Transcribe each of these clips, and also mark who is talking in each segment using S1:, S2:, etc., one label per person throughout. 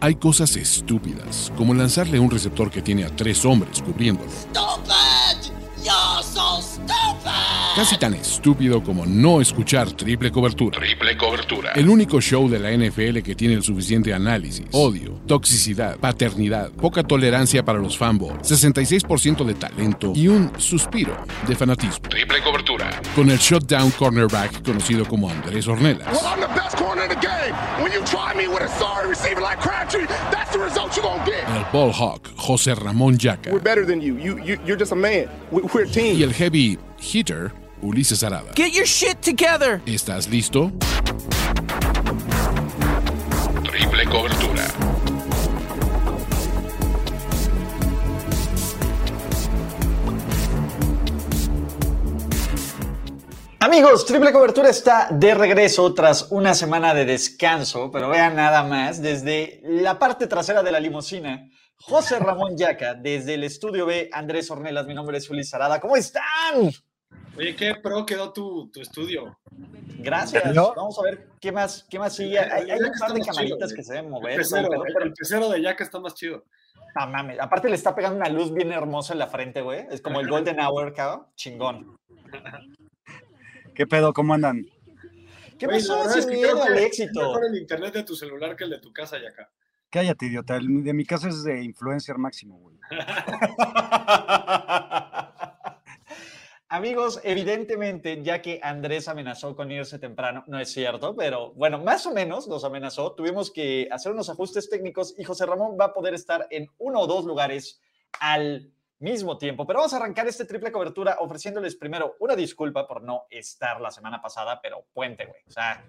S1: Hay cosas estúpidas, como lanzarle un receptor que tiene a tres hombres cubriéndolo.
S2: ¡Stupid! ¡Yo soy stupid!
S1: Casi tan estúpido como no escuchar triple cobertura.
S3: Triple cobertura.
S1: El único show de la NFL que tiene el suficiente análisis, odio, toxicidad, paternidad, poca tolerancia para los fanboys, 66% de talento y un suspiro de fanatismo.
S3: Triple cobertura.
S1: Con el shutdown cornerback conocido como Andrés Ornelas.
S4: Well, I'm the best corner in the game. When you try me with a sorry receiver like Crabtree, that's the result you're gonna get.
S1: El ball hawk José Ramón Yaca.
S5: We're better than you. You, you you're just a man. We, we're a team.
S1: Y el heavy hitter Ulises Arada.
S2: Get your shit together!
S1: ¿Estás listo?
S3: Triple cobertura.
S6: Amigos, Triple Cobertura está de regreso tras una semana de descanso, pero vean nada más, desde la parte trasera de la limusina, José Ramón Yaca, desde el estudio B, Andrés Ornelas, mi nombre es Ulises Arada, ¿cómo están?
S7: Oye, qué pro quedó tu, tu estudio.
S6: Gracias, vamos a ver qué más, qué más sigue. Hay, hay un par de camaritas que se deben mover.
S7: El pecero,
S6: ¿no?
S7: el, el pecero de Jack está más chido.
S6: No mames, aparte le está pegando una luz bien hermosa en la frente, güey. Es como el Golden Hour, cabrón. Chingón.
S8: ¿Qué pedo? ¿Cómo andan?
S6: ¿Qué
S7: Güey, la
S6: pasó?
S7: verdad
S6: Sin
S7: es que
S6: miedo
S7: creo
S6: al
S7: que Es
S6: éxito.
S7: mejor el internet de tu celular que el de tu casa, Yaka.
S8: Cállate, idiota. El de mi casa es de influencer máximo, güey.
S6: Amigos, evidentemente, ya que Andrés amenazó con irse temprano, no es cierto, pero bueno, más o menos nos amenazó. Tuvimos que hacer unos ajustes técnicos y José Ramón va a poder estar en uno o dos lugares al mismo tiempo. Pero vamos a arrancar este triple cobertura ofreciéndoles primero una disculpa por no estar la semana pasada, pero puente, güey. O sea,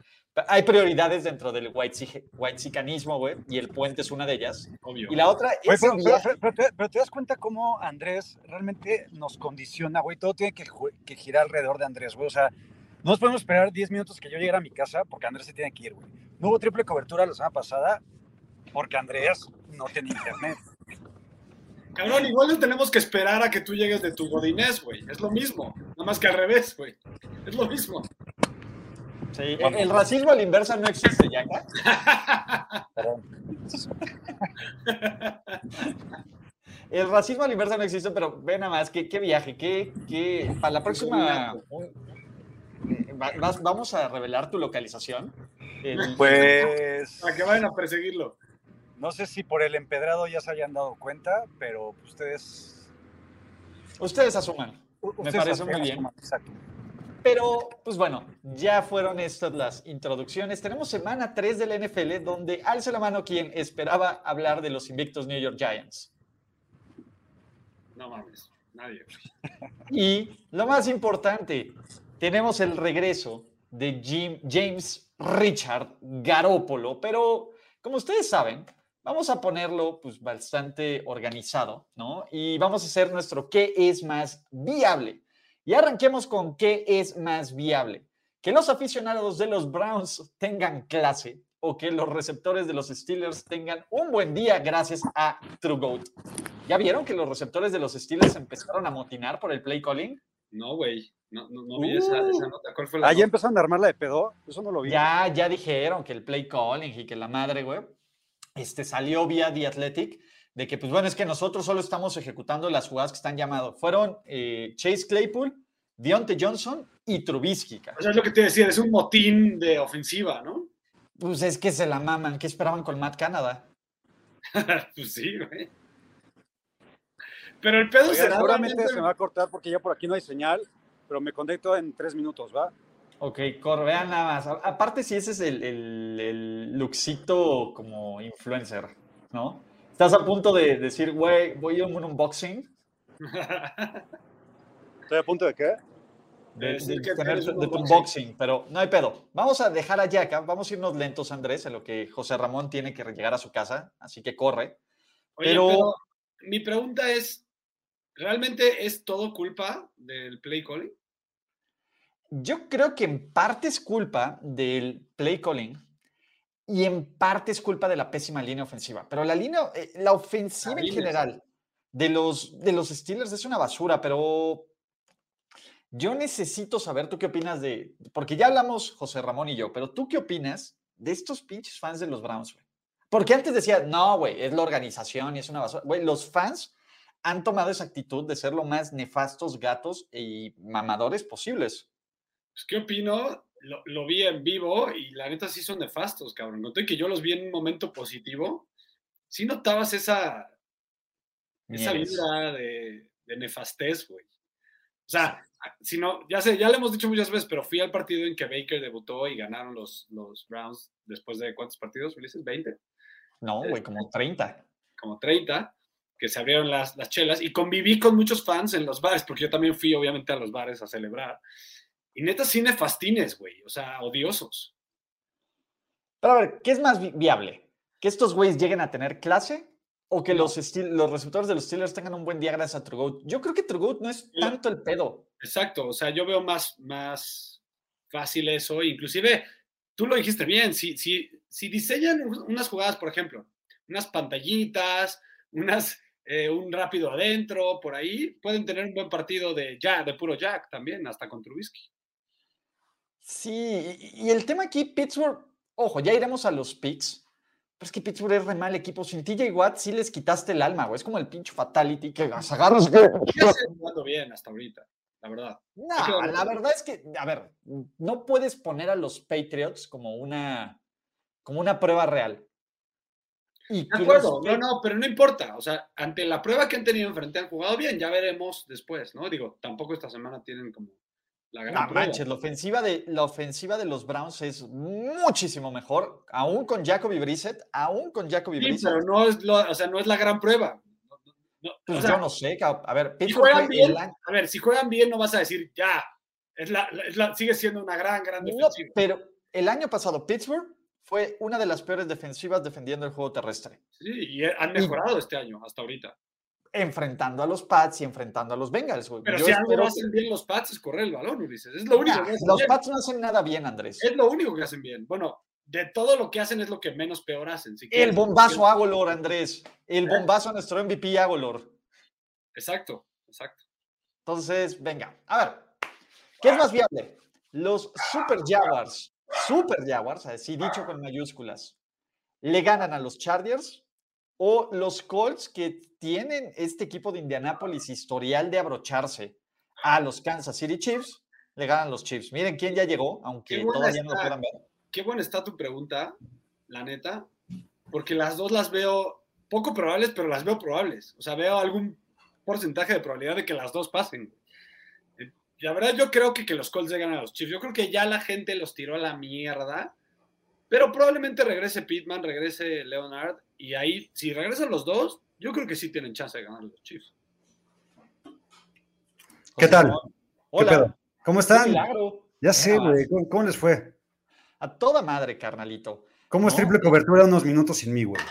S6: hay prioridades dentro del whitezicanismo, güey, y el puente es una de ellas.
S7: Obvio.
S6: Y la otra
S8: Güey,
S6: es
S8: pero,
S6: enviar-
S8: pero- pero- pero te- pero te das cuenta cómo Andrés realmente nos condiciona, güey. Todo tiene que, ju- que girar alrededor de Andrés, güey. O sea, no nos podemos esperar 10 minutos que yo llegara a mi casa porque Andrés se tiene que ir, güey. No hubo triple cobertura la semana pasada porque Andrés no tenía internet.
S7: Cabrón, igual no tenemos que esperar a que tú llegues de tu godinés, güey. Es lo mismo. Nada más que al revés, güey. Es lo mismo.
S6: Sí, Eh, el, el racismo a la inversa no existe, ya ¿no? El racismo a la inversa no existe, pero ve nada más, qué, qué viaje, qué, qué- Para la próxima. un- va- vas- vamos a revelar tu localización. El-
S8: Pues.
S7: Para que vayan a perseguirlo.
S8: No sé si por el empedrado ya se hayan dado cuenta, pero ustedes.
S6: ustedes asuman. Me
S8: ustedes
S6: parece muy bien.
S8: asuman, Exacto.
S6: Pero, pues bueno, ya fueron estas las introducciones. Tenemos semana 3 del NFL, donde alce la mano quien esperaba hablar de los invictos New York Giants.
S7: No mames. Nadie. güey.
S6: Y lo más importante, tenemos el regreso de Jim- James Richard Garópolo, pero como ustedes saben, vamos a ponerlo pues bastante organizado, ¿no? Y vamos a hacer nuestro qué es más viable. Y arranquemos con qué es más viable. Que los aficionados de los Browns tengan clase o que los receptores de los Steelers tengan un buen día gracias a True Goat. ¿Ya vieron que los receptores de los Steelers empezaron a motinar por el play calling?
S7: No, güey. No, no, no vi esa,
S6: Uh.
S7: esa nota. ¿Cuál fue la
S8: Ah, ya
S7: nota?
S8: empezaron a armarla de pedo. Eso no lo vi.
S6: Ya, ya dijeron que el play calling y que la madre, güey, este, salió vía The Athletic de que, pues bueno, es que nosotros solo estamos ejecutando las jugadas que están llamadas. Fueron eh, Chase Claypool, Deontay Johnson y Trubisky. cabrón.
S7: O sea, es lo que te iba a decir. Es un motín de ofensiva, ¿no?
S6: Pues es que se la maman. ¿Qué esperaban con Matt Canada?
S7: pues sí, güey. Pero el pedo
S8: Oigan,
S7: será.
S8: seguramente
S7: realmente-
S8: se me va a cortar porque ya por aquí no hay señal, pero me conecto en tres minutos, ¿va?
S6: Ok, corre, vean nada más. A- Aparte, si ese es el, el, el luxito como influencer, ¿no? Estás a punto de decir, güey, voy a un unboxing.
S8: ¿Estoy a punto de qué?
S6: de, de
S7: decir que
S6: tener
S7: eres
S6: tu-
S7: un
S6: de tu
S7: unboxing.
S6: unboxing, pero no hay pedo. Vamos a dejar a Yaka, vamos a irnos lentos, Andrés, en lo que José Ramón tiene que llegar a su casa, así que corre.
S7: Oye,
S6: Pero-
S7: pero... mi pregunta es, ¿realmente es todo culpa del play calling?
S6: Yo creo que en parte es culpa del play calling y en parte es culpa de la pésima línea ofensiva, pero la línea, eh, la ofensiva en
S7: línea, sí.
S6: general de los, de los Steelers es una basura, pero yo necesito saber tú qué opinas de, porque ya hablamos José Ramón y yo, pero tú qué opinas de estos pinches fans de los Browns, güey. Porque antes decía, no, güey, es la organización y es una basura. Güey, los fans han tomado esa actitud de ser lo más nefastos gatos y mamadores posibles.
S7: Pues, ¿qué opino? Lo, lo vi en vivo y la neta sí son nefastos, cabrón. Noté que yo los vi en un momento positivo. Sí notabas esa, esa
S6: Nieves.
S7: vibra de, de nefastez, güey. O sea, ah, si no, ya sé, ya le hemos dicho muchas veces, pero fui al partido en que Baker debutó y ganaron los, los Browns después de cuántos partidos, Ulises, 20,
S6: No, güey, como 30.
S7: como 30, que se abrieron las, las chelas y conviví con muchos fans en los bares, porque yo también fui obviamente a los bares a celebrar. Y neta, sí nefastines, güey, o sea, odiosos.
S6: Pero a ver, ¿qué es más vi- viable? ¿Que estos güeyes lleguen a tener clase o que los, Steel- los receptores de los Steelers tengan un buen día gracias a Trugout? Yo creo que Trugout no es
S7: Sí.
S6: tanto el pedo.
S7: Exacto, o sea, yo veo más, más fácil eso. Inclusive, tú lo dijiste bien, si, si, si diseñan un- unas jugadas, por ejemplo, unas pantallitas, unas, eh, un rápido adentro, por ahí, pueden tener un buen partido de ya, de puro Jack también, hasta con Trubisky.
S6: Sí, y y el tema aquí, Pittsburgh, ojo, ya iremos a los picks, pero es que Pittsburgh es re mal equipo. Sin TJ Watt sí les quitaste el alma, güey. Es como el pinche fatality que las agarras.
S7: Ya se está jugando bien hasta ahorita, la verdad. Hay que
S6: No, la
S7: darle-
S6: verdad es que, a ver, no puedes poner a los Patriots como una, como una prueba real. Y
S7: De
S6: que los
S7: acuerdo,
S6: Pat-
S7: no, no, pero no importa. O sea, ante la prueba que han tenido enfrente han jugado bien, ya veremos después, ¿no? Digo, tampoco esta semana tienen como la gran
S6: No
S7: prueba.
S6: manches, la ofensiva, de, la ofensiva de los Browns es muchísimo mejor, aún con Jacoby Brissett, aún con Jacoby
S7: Sí,
S6: Brissett.
S7: pero no es, lo- o sea, no es la gran prueba. No, no, no,
S6: Pues
S7: o sea,
S6: yo no sé, cab- a ver,
S7: si
S6: Pittsburgh
S7: juegan
S6: fue el
S7: bien,
S6: año-
S7: a ver, si juegan bien, no vas a decir ya. Es la, la- es la- sigue siendo una gran, gran
S6: no,
S7: defensiva.
S6: pero el año pasado Pittsburgh fue una de las peores defensivas defendiendo el juego terrestre,
S7: Sí, y eh, han mejorado este año hasta ahorita.
S6: enfrentando a los Pats y enfrentando a los Bengals. güey.
S7: Pero
S6: Yo
S7: si algo
S6: espero-
S7: hacen bien los Pats es correr el balón, Ulises. Es lo único
S6: Nah,
S7: que hacen
S6: los
S7: bien.
S6: Pats no hacen nada bien, Andrés.
S7: Es lo único que hacen bien. Bueno, de todo lo que hacen es lo que menos peor hacen. si
S6: El
S7: quieres.
S6: bombazo a Agolor, Andrés. El bombazo a nuestro MVP Agolor.
S7: Exacto, exacto.
S6: Entonces, venga, a ver, ¿qué es más viable? Los Super Jaguars, Super Jaguars, así dicho con mayúsculas, ¿le ganan a los Chargers o los Colts que tienen este equipo de Indianápolis historial de abrocharse a los Kansas City Chiefs? Le ganan los Chiefs. Miren quién ya llegó, aunque
S7: buena
S6: todavía no lo
S7: está.
S6: puedan ver.
S7: Qué buena está tu pregunta, la neta, porque las dos las veo poco probables, pero las veo probables. O sea, veo algún porcentaje de probabilidad de que las dos pasen. Eh, La verdad, yo creo que, que los Colts le ganan a los Chiefs. Yo creo que ya la gente los tiró a la mierda, pero probablemente regrese Pittman, regrese Leonard, y ahí, si regresan los dos, yo creo que sí tienen chance de ganar los Chiefs.
S9: ¿Qué tal? ¿Qué
S6: Hola,
S9: pedo? ¿Cómo
S6: qué
S9: están?
S6: milagro.
S9: Ya sé,
S6: Ah,
S9: güey. ¿Cómo, cómo les fue?
S6: A toda madre, carnalito.
S9: ¿Cómo es
S6: No,
S9: triple cobertura unos minutos sin mí, güey?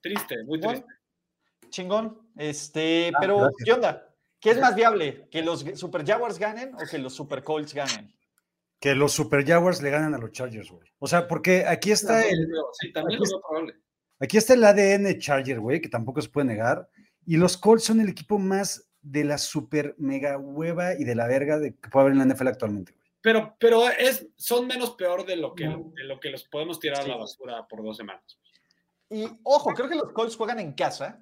S7: Triste, muy
S6: Bueno,
S7: triste.
S6: chingón. Este,
S9: Ah,
S6: pero
S9: gracias.
S6: ¿qué onda? ¿Qué es más viable? ¿Que los G- Super Jaguars ganen o que los Super Colts ganen?
S9: Que los Super Jaguars le ganan a los Chargers, güey. O sea, porque aquí está el,
S7: Sí, también lo veo probable.
S9: Aquí está el ADN Charger, güey, que tampoco se puede negar. Y los Colts son el equipo más de la super mega hueva y de la verga de, que puede haber en la NFL actualmente, güey.
S7: Pero, pero es, son menos peor de lo que, de lo que los podemos tirar a la basura por dos semanas.
S6: Y ojo, creo que los Colts juegan en casa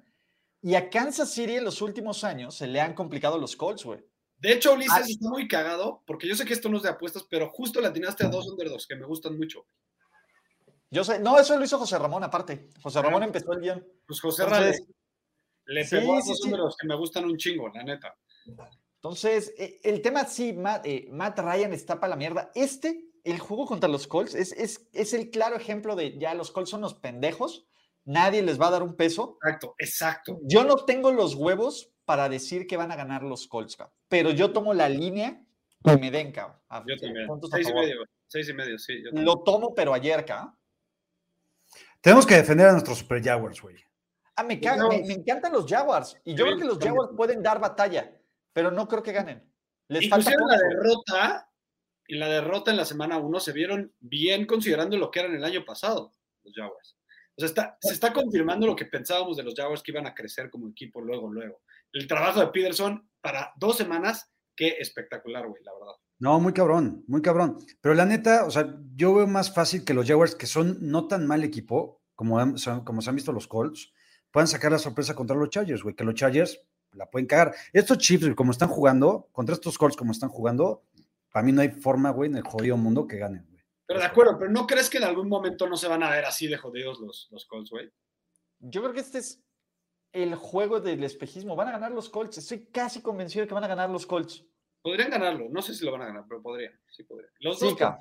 S6: y a Kansas City en los últimos años se le han complicado los Colts, güey.
S7: De hecho, Ulises
S6: Ah.
S7: está muy cagado, porque yo sé que esto no es de apuestas, pero justo le atinaste a dos underdogs que me gustan mucho.
S6: Yo sé, no, eso lo hizo José Ramón aparte. José
S9: Ah.
S6: Ramón empezó el guión.
S7: Pues José Rale
S6: Entonces,
S7: le
S6: sí,
S7: pegó a
S6: sí,
S7: dos
S6: sí.
S7: underdogs que me gustan un chingo, la neta.
S6: entonces, eh, el tema sí, Matt, eh, Matt Ryan está para la mierda. Este, el juego contra los Colts, es, es, es el claro ejemplo de ya los Colts son los pendejos, nadie les va a dar un peso.
S7: Exacto, exacto.
S6: Yo no tengo los huevos para decir que van a ganar los Colts, cabrón, pero yo tomo la línea que me den, cabrón. a-
S7: Yo también.
S6: puntos a
S7: Seis y
S6: favor.
S7: medio, seis y medio, sí. yo también.
S6: Lo tomo, pero ayer, cabrón.
S9: Tenemos que defender a nuestros Super Jaguars, güey.
S6: Ah, me, caga- me, me encantan los Jaguars. Y yo creo que los Jaguars pueden dar batalla, pero no creo que ganen. Les falta
S7: Inclusive la
S6: poco, güey.
S7: derrota y la derrota en la semana 1 se vieron bien considerando lo que eran el año pasado los Jaguars. O sea, está, se está confirmando lo que pensábamos de los Jaguars que iban a crecer como equipo luego, luego. El trabajo de Peterson para dos semanas, qué espectacular, güey, la verdad.
S9: No, muy cabrón, muy cabrón. Pero la neta, o sea, yo veo más fácil que los Jaguars, que son no tan mal equipo, como han, se han- como se han visto los Colts, puedan sacar la sorpresa contra los Chargers, güey, que los Chargers la pueden cagar. Estos Chiefs, güey, como están jugando, contra estos Colts como están jugando, para mí no hay forma, güey, en el jodido mundo que ganen, güey.
S7: Pero de acuerdo, pero ¿no crees que en algún momento no se van a ver así de jodidos los, los Colts, güey?
S6: Yo creo que este es el juego del espejismo. Van a ganar los Colts. Estoy casi convencido de que van a ganar los Colts.
S7: Podrían ganarlo, no sé si lo van a ganar, pero podrían, sí podrían. Los
S6: Sí,
S7: dos
S6: cabrón.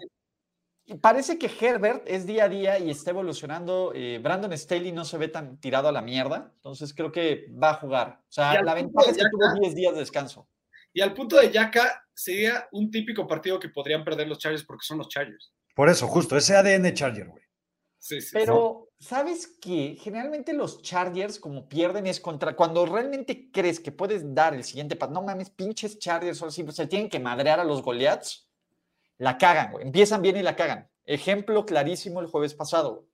S6: Y Parece que Herbert es día a día y está evolucionando. eh, Brandon Staley no se ve tan tirado a la mierda. Entonces creo que va a jugar. O
S7: Y
S6: sea,
S7: al
S6: la
S7: punto
S6: ventaja es
S7: ya
S6: que tuvo
S7: está.
S6: 10 días de descanso.
S7: Y al punto de Yaka, sería un típico partido que podrían perder los Chargers porque son los Chargers.
S9: Por eso, justo, ese ADN Charger, güey.
S7: Sí, sí. sí.
S6: Pero, ¿sabes qué? Generalmente los Chargers, como pierden, es contra. Cuando realmente crees que puedes dar el siguiente paso, no mames, pinches Chargers, ahora sí, pues, se tienen que madrear a los Goliaths, la cagan, güey. Empiezan bien y la cagan. Ejemplo clarísimo el jueves pasado.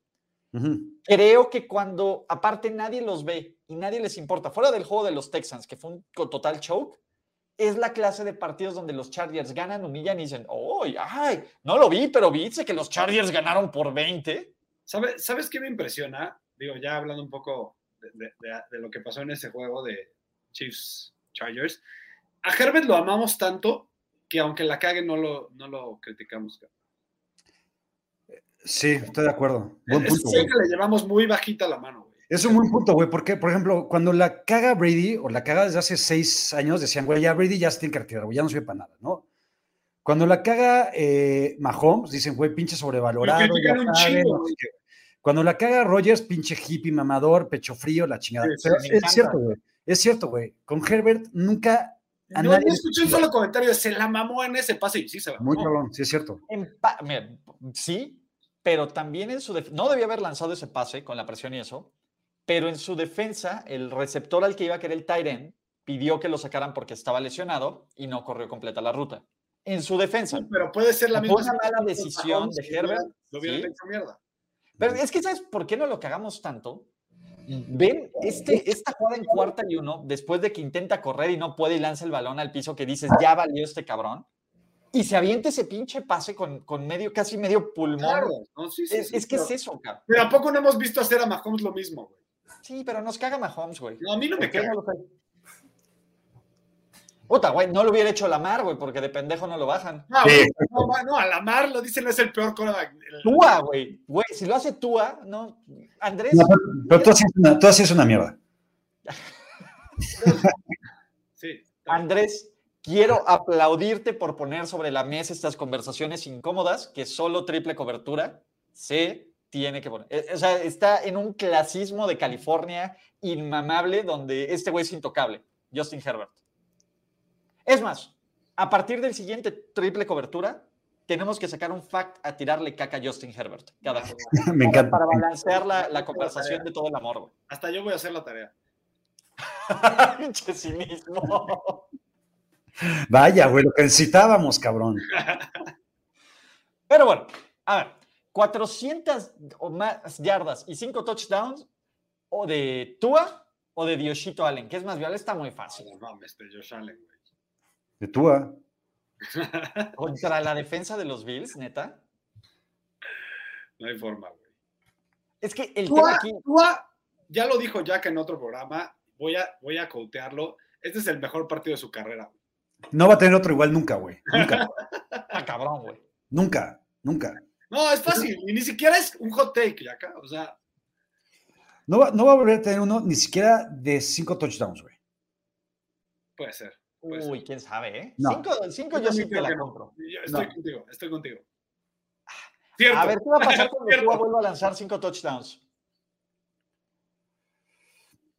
S6: güey.
S9: Ujú.
S6: Creo que cuando, aparte, nadie los ve y nadie les importa, fuera del juego de los Texans, que fue un co- total choke, es la clase de partidos donde los Chargers ganan, humillan y dicen, ¡ay, ay! No lo vi, pero viste que los Chargers ganaron por 20.
S7: ¿Sabe- ¿Sabes qué me impresiona? Digo, ya hablando un poco de, de- de- de lo que pasó en ese juego de Chiefs Chargers. A Herbert lo amamos tanto que aunque la cague no lo, no lo criticamos. cabrón.
S9: Sí, estoy de acuerdo. Buen
S7: Es- es-
S9: punto, güey.
S7: siempre le llevamos muy bajita la mano, güey.
S9: Es un buen punto, güey, porque, por ejemplo, cuando la caga Brady, o la caga desde hace seis años, decían, güey, ya Brady ya se tiene que retirar, güey, ya no sirve para nada, ¿no? Cuando la caga eh, Mahomes, dicen, güey, pinche sobrevalorado.
S7: Lo critican
S9: ya
S7: un
S9: sabe,
S7: chingo,
S9: no
S7: güey.
S9: sé qué, güey. Cuando la caga Rogers, pinche hippie, mamador, pecho frío, la chingada.
S7: Sí, sí,
S9: Pero
S7: me
S9: es cierto, güey, es cierto, güey. Con Herbert nunca a
S7: No,
S9: nadie-
S7: no escuché un solo comentario de se la mamó en ese pase y sí se la
S9: Muy
S7: mamó.
S9: cabrón, sí es cierto.
S6: Empa- mira, sí, pero también en su def- no debía haber lanzado ese pase con la presión y eso, pero en su defensa el receptor al que iba que era el tight end pidió que lo sacaran porque estaba lesionado y no corrió completa la ruta. En su defensa.
S7: Pero puede ser la
S6: Fue
S7: misma
S6: una mala
S7: situación con
S6: decisión
S7: Mahomes,
S6: de
S7: que hubieran-
S6: Herbert,
S7: Lo hubieran
S6: sí.
S7: hecho mierda.
S6: Pero es que sabes por qué no lo cagamos tanto. Ven este, esta jugada en cuarta y uno, después de que intenta correr y no puede y lanza el balón al piso que dices, ya valió este cabrón. Y se avienta ese pinche pase con, con medio, casi medio pulmón.
S7: Claro, no, sí, sí,
S6: Es,
S7: sí,
S6: es que
S7: pero-
S6: es eso, cabrón.
S7: Pero ¿a poco no hemos visto hacer a Mahomes lo mismo, güey?
S6: Sí, pero nos caga Mahomes, güey.
S7: No, a mí no me
S6: ¿Por qué
S7: cae.
S6: no lo cae? Puta, güey, no lo hubiera hecho la mar, güey, porque de pendejo no lo bajan.
S7: No,
S9: Sí,
S7: güey,
S9: exacto.
S7: Ah, no, ma- no, a la mar lo dicen, es el peor coreback. El-
S6: Túa, güey. Güey, si lo hace Túa, no. Andrés,
S9: No, pero pero tú así es una, tú así es una mierda.
S7: Sí.
S6: Andrés, quiero aplaudirte por poner sobre la mesa estas conversaciones incómodas que solo triple cobertura se tiene que poner. Eh, O sea, está en un clasismo de California inmamable donde este güey es intocable, Justin Herbert. Es más, a partir del siguiente triple cobertura, tenemos que sacar un fact a tirarle caca a Justin Herbert cada juego,
S9: Me encanta.
S6: para balancear la, la conversación de todo el amor, güey.
S7: Hasta yo voy a hacer la tarea.
S6: Pinche cinismo.
S9: Vaya, güey, lo que necesitábamos, cabrón.
S6: Pero bueno, a ver, 400 o más yardas y 5 touchdowns o de Tua o de Dioshito Allen, que es más viable, está muy fácil.
S7: No mames, este Josh Allen, güey.
S9: De ¿ah? Tua.
S6: Contra la defensa de los Bills, neta.
S7: No hay forma, güey.
S6: Es que el tema
S7: Tua,
S6: aquí,
S7: Tua, ya lo dijo Jack en otro programa. Voy a, voy a cotearlo. Este es el mejor partido de su carrera. güey.
S9: No va a tener otro igual nunca, güey. Nunca,
S6: ah, cabrón, güey.
S9: nunca, nunca.
S7: No, es fácil. Y ni siquiera es un hot take, Yaka. O sea,
S9: No va, no va a volver a tener uno ni siquiera de cinco touchdowns, güey.
S7: puede ser. Puede ser.
S6: Uy, quién sabe, ¿eh?
S9: No.
S6: Cinco, cinco
S7: Yo
S6: yo
S7: también
S6: sí te
S7: creo
S6: la
S7: que no.
S6: compro.
S7: Yo estoy
S9: No.
S7: contigo, estoy contigo. Cierto.
S6: Ah, A ver, ¿qué va a pasar cuando
S7: Cierto.
S6: Tua vuelva a lanzar cinco touchdowns?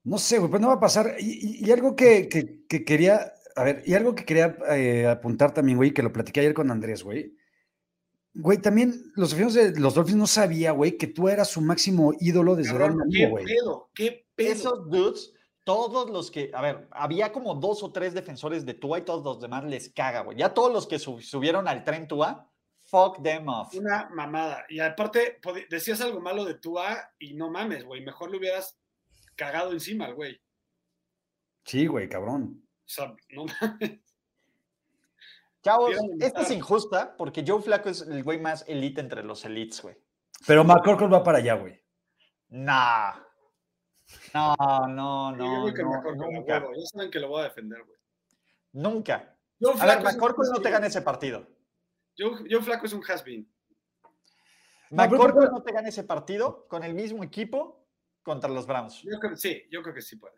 S9: No sé, güey, pero no va a pasar. Y, y- y algo que, que- que quería, a ver, y algo que quería eh, apuntar también, güey, que lo platiqué ayer con Andrés, güey. Güey, también los aficionados de los Dolphins no sabía, güey, que tú eras su máximo ídolo desde
S7: Cabrón,
S9: Gran
S7: ¿Qué
S9: Amigo, güey.
S7: pedo? ¿Qué pedo?
S6: Esos dudes, todos los que, a ver, había como dos o tres defensores de Tua y todos los demás les caga, güey. Ya todos los que sub- subieron al tren Tua, fuck them off.
S7: Una mamada. Y aparte, podi- decías algo malo de Tua y no mames, güey. Mejor le hubieras cagado encima al güey.
S9: Sí, güey, cabrón.
S7: O sea, no mames.
S6: Chavos,
S7: Quiero vomitar.
S6: esta es injusta porque Joe Flaco es el güey más elite entre los elites, güey.
S9: Pero McCorkle va para allá, güey.
S6: Nah. No, no,
S7: Yo
S6: no.
S7: digo que
S6: no,
S7: McCorkle, a
S6: nunca.
S7: huevo. Ya saben que lo voy a defender, güey.
S6: Nunca.
S7: Yo,
S6: A ver,
S7: Flaco, es un
S6: McCorkle no te
S7: has-been.
S6: gana ese partido.
S7: Yo, yo Flaco es un has-been.
S9: No, pero-
S6: McCorkle no te gana ese partido con el mismo equipo contra los Browns.
S7: Yo creo- sí, yo creo que sí puede.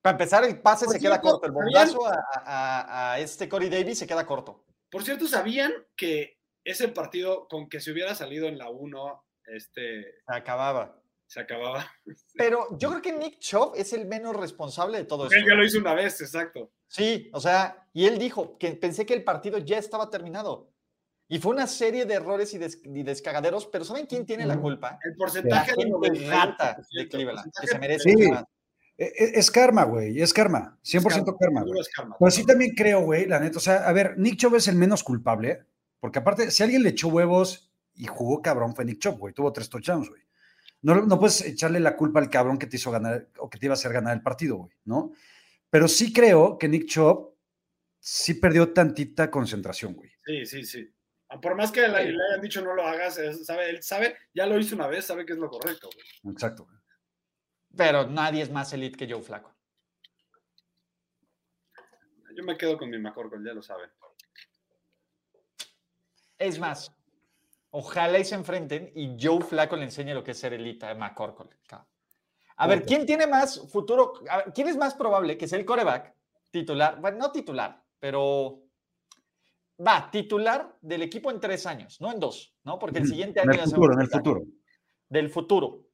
S6: Para empezar, el pase
S7: Por
S6: se queda
S7: cierto,
S6: corto. El bombazo a, a- a este Corey Davis se queda corto.
S7: Por cierto, ¿sabían que ese partido con que se hubiera salido en la 1, este,
S6: Se acababa.
S7: se acababa?
S6: Pero yo creo que Nick Chubb es el menos responsable de todo esto.
S7: Él ya lo hizo una vez, exacto.
S6: Sí, o sea, y él dijo que pensé que el partido ya estaba terminado. Y fue una serie de errores y, des- y descagaderos, pero ¿saben quién tiene la culpa?
S7: El porcentaje
S6: Gente
S7: 98%,
S6: rata de
S7: el
S6: Cleveland, que se
S7: porcentaje
S6: merece.
S9: Sí.
S6: más.
S9: E- e- Es karma, güey, es karma, 100% karma, güey.
S7: duro es karma.
S9: Pero sí también creo, güey, la neta, o sea, a ver, Nick Chubb es el menos culpable, porque aparte, si alguien le echó huevos y jugó cabrón fue Nick Chubb, güey, tuvo tres touchdowns, güey. No, no puedes echarle la culpa al cabrón que te hizo ganar o que te iba a hacer ganar el partido, güey, ¿no? Pero sí creo que Nick Chubb sí perdió tantita concentración, güey.
S7: Sí, sí, sí. Ah, Por más que le, le hayan dicho no lo hagas, es- sabe, él sabe, ya lo hizo una vez, sabe que es lo correcto. güey.
S9: Exacto. güey.
S6: Pero nadie es más elite que Joe Flaco.
S7: Yo me quedo con mi McCorkle, ya lo saben.
S6: Es más, ojalá y se enfrenten y Joe Flaco le enseñe lo que es ser elite a McCorkle. cabrón. A ver, ¿quién tiene más futuro? A ver, ¿Quién es más probable que sea el coreback titular? Bueno, no titular, pero va, titular del equipo en tres años, no en dos, ¿no? Porque el siguiente
S9: En
S6: año ya
S9: el
S6: se va a
S9: futuro, en el
S6: enfrentar.
S9: futuro.
S6: Del futuro.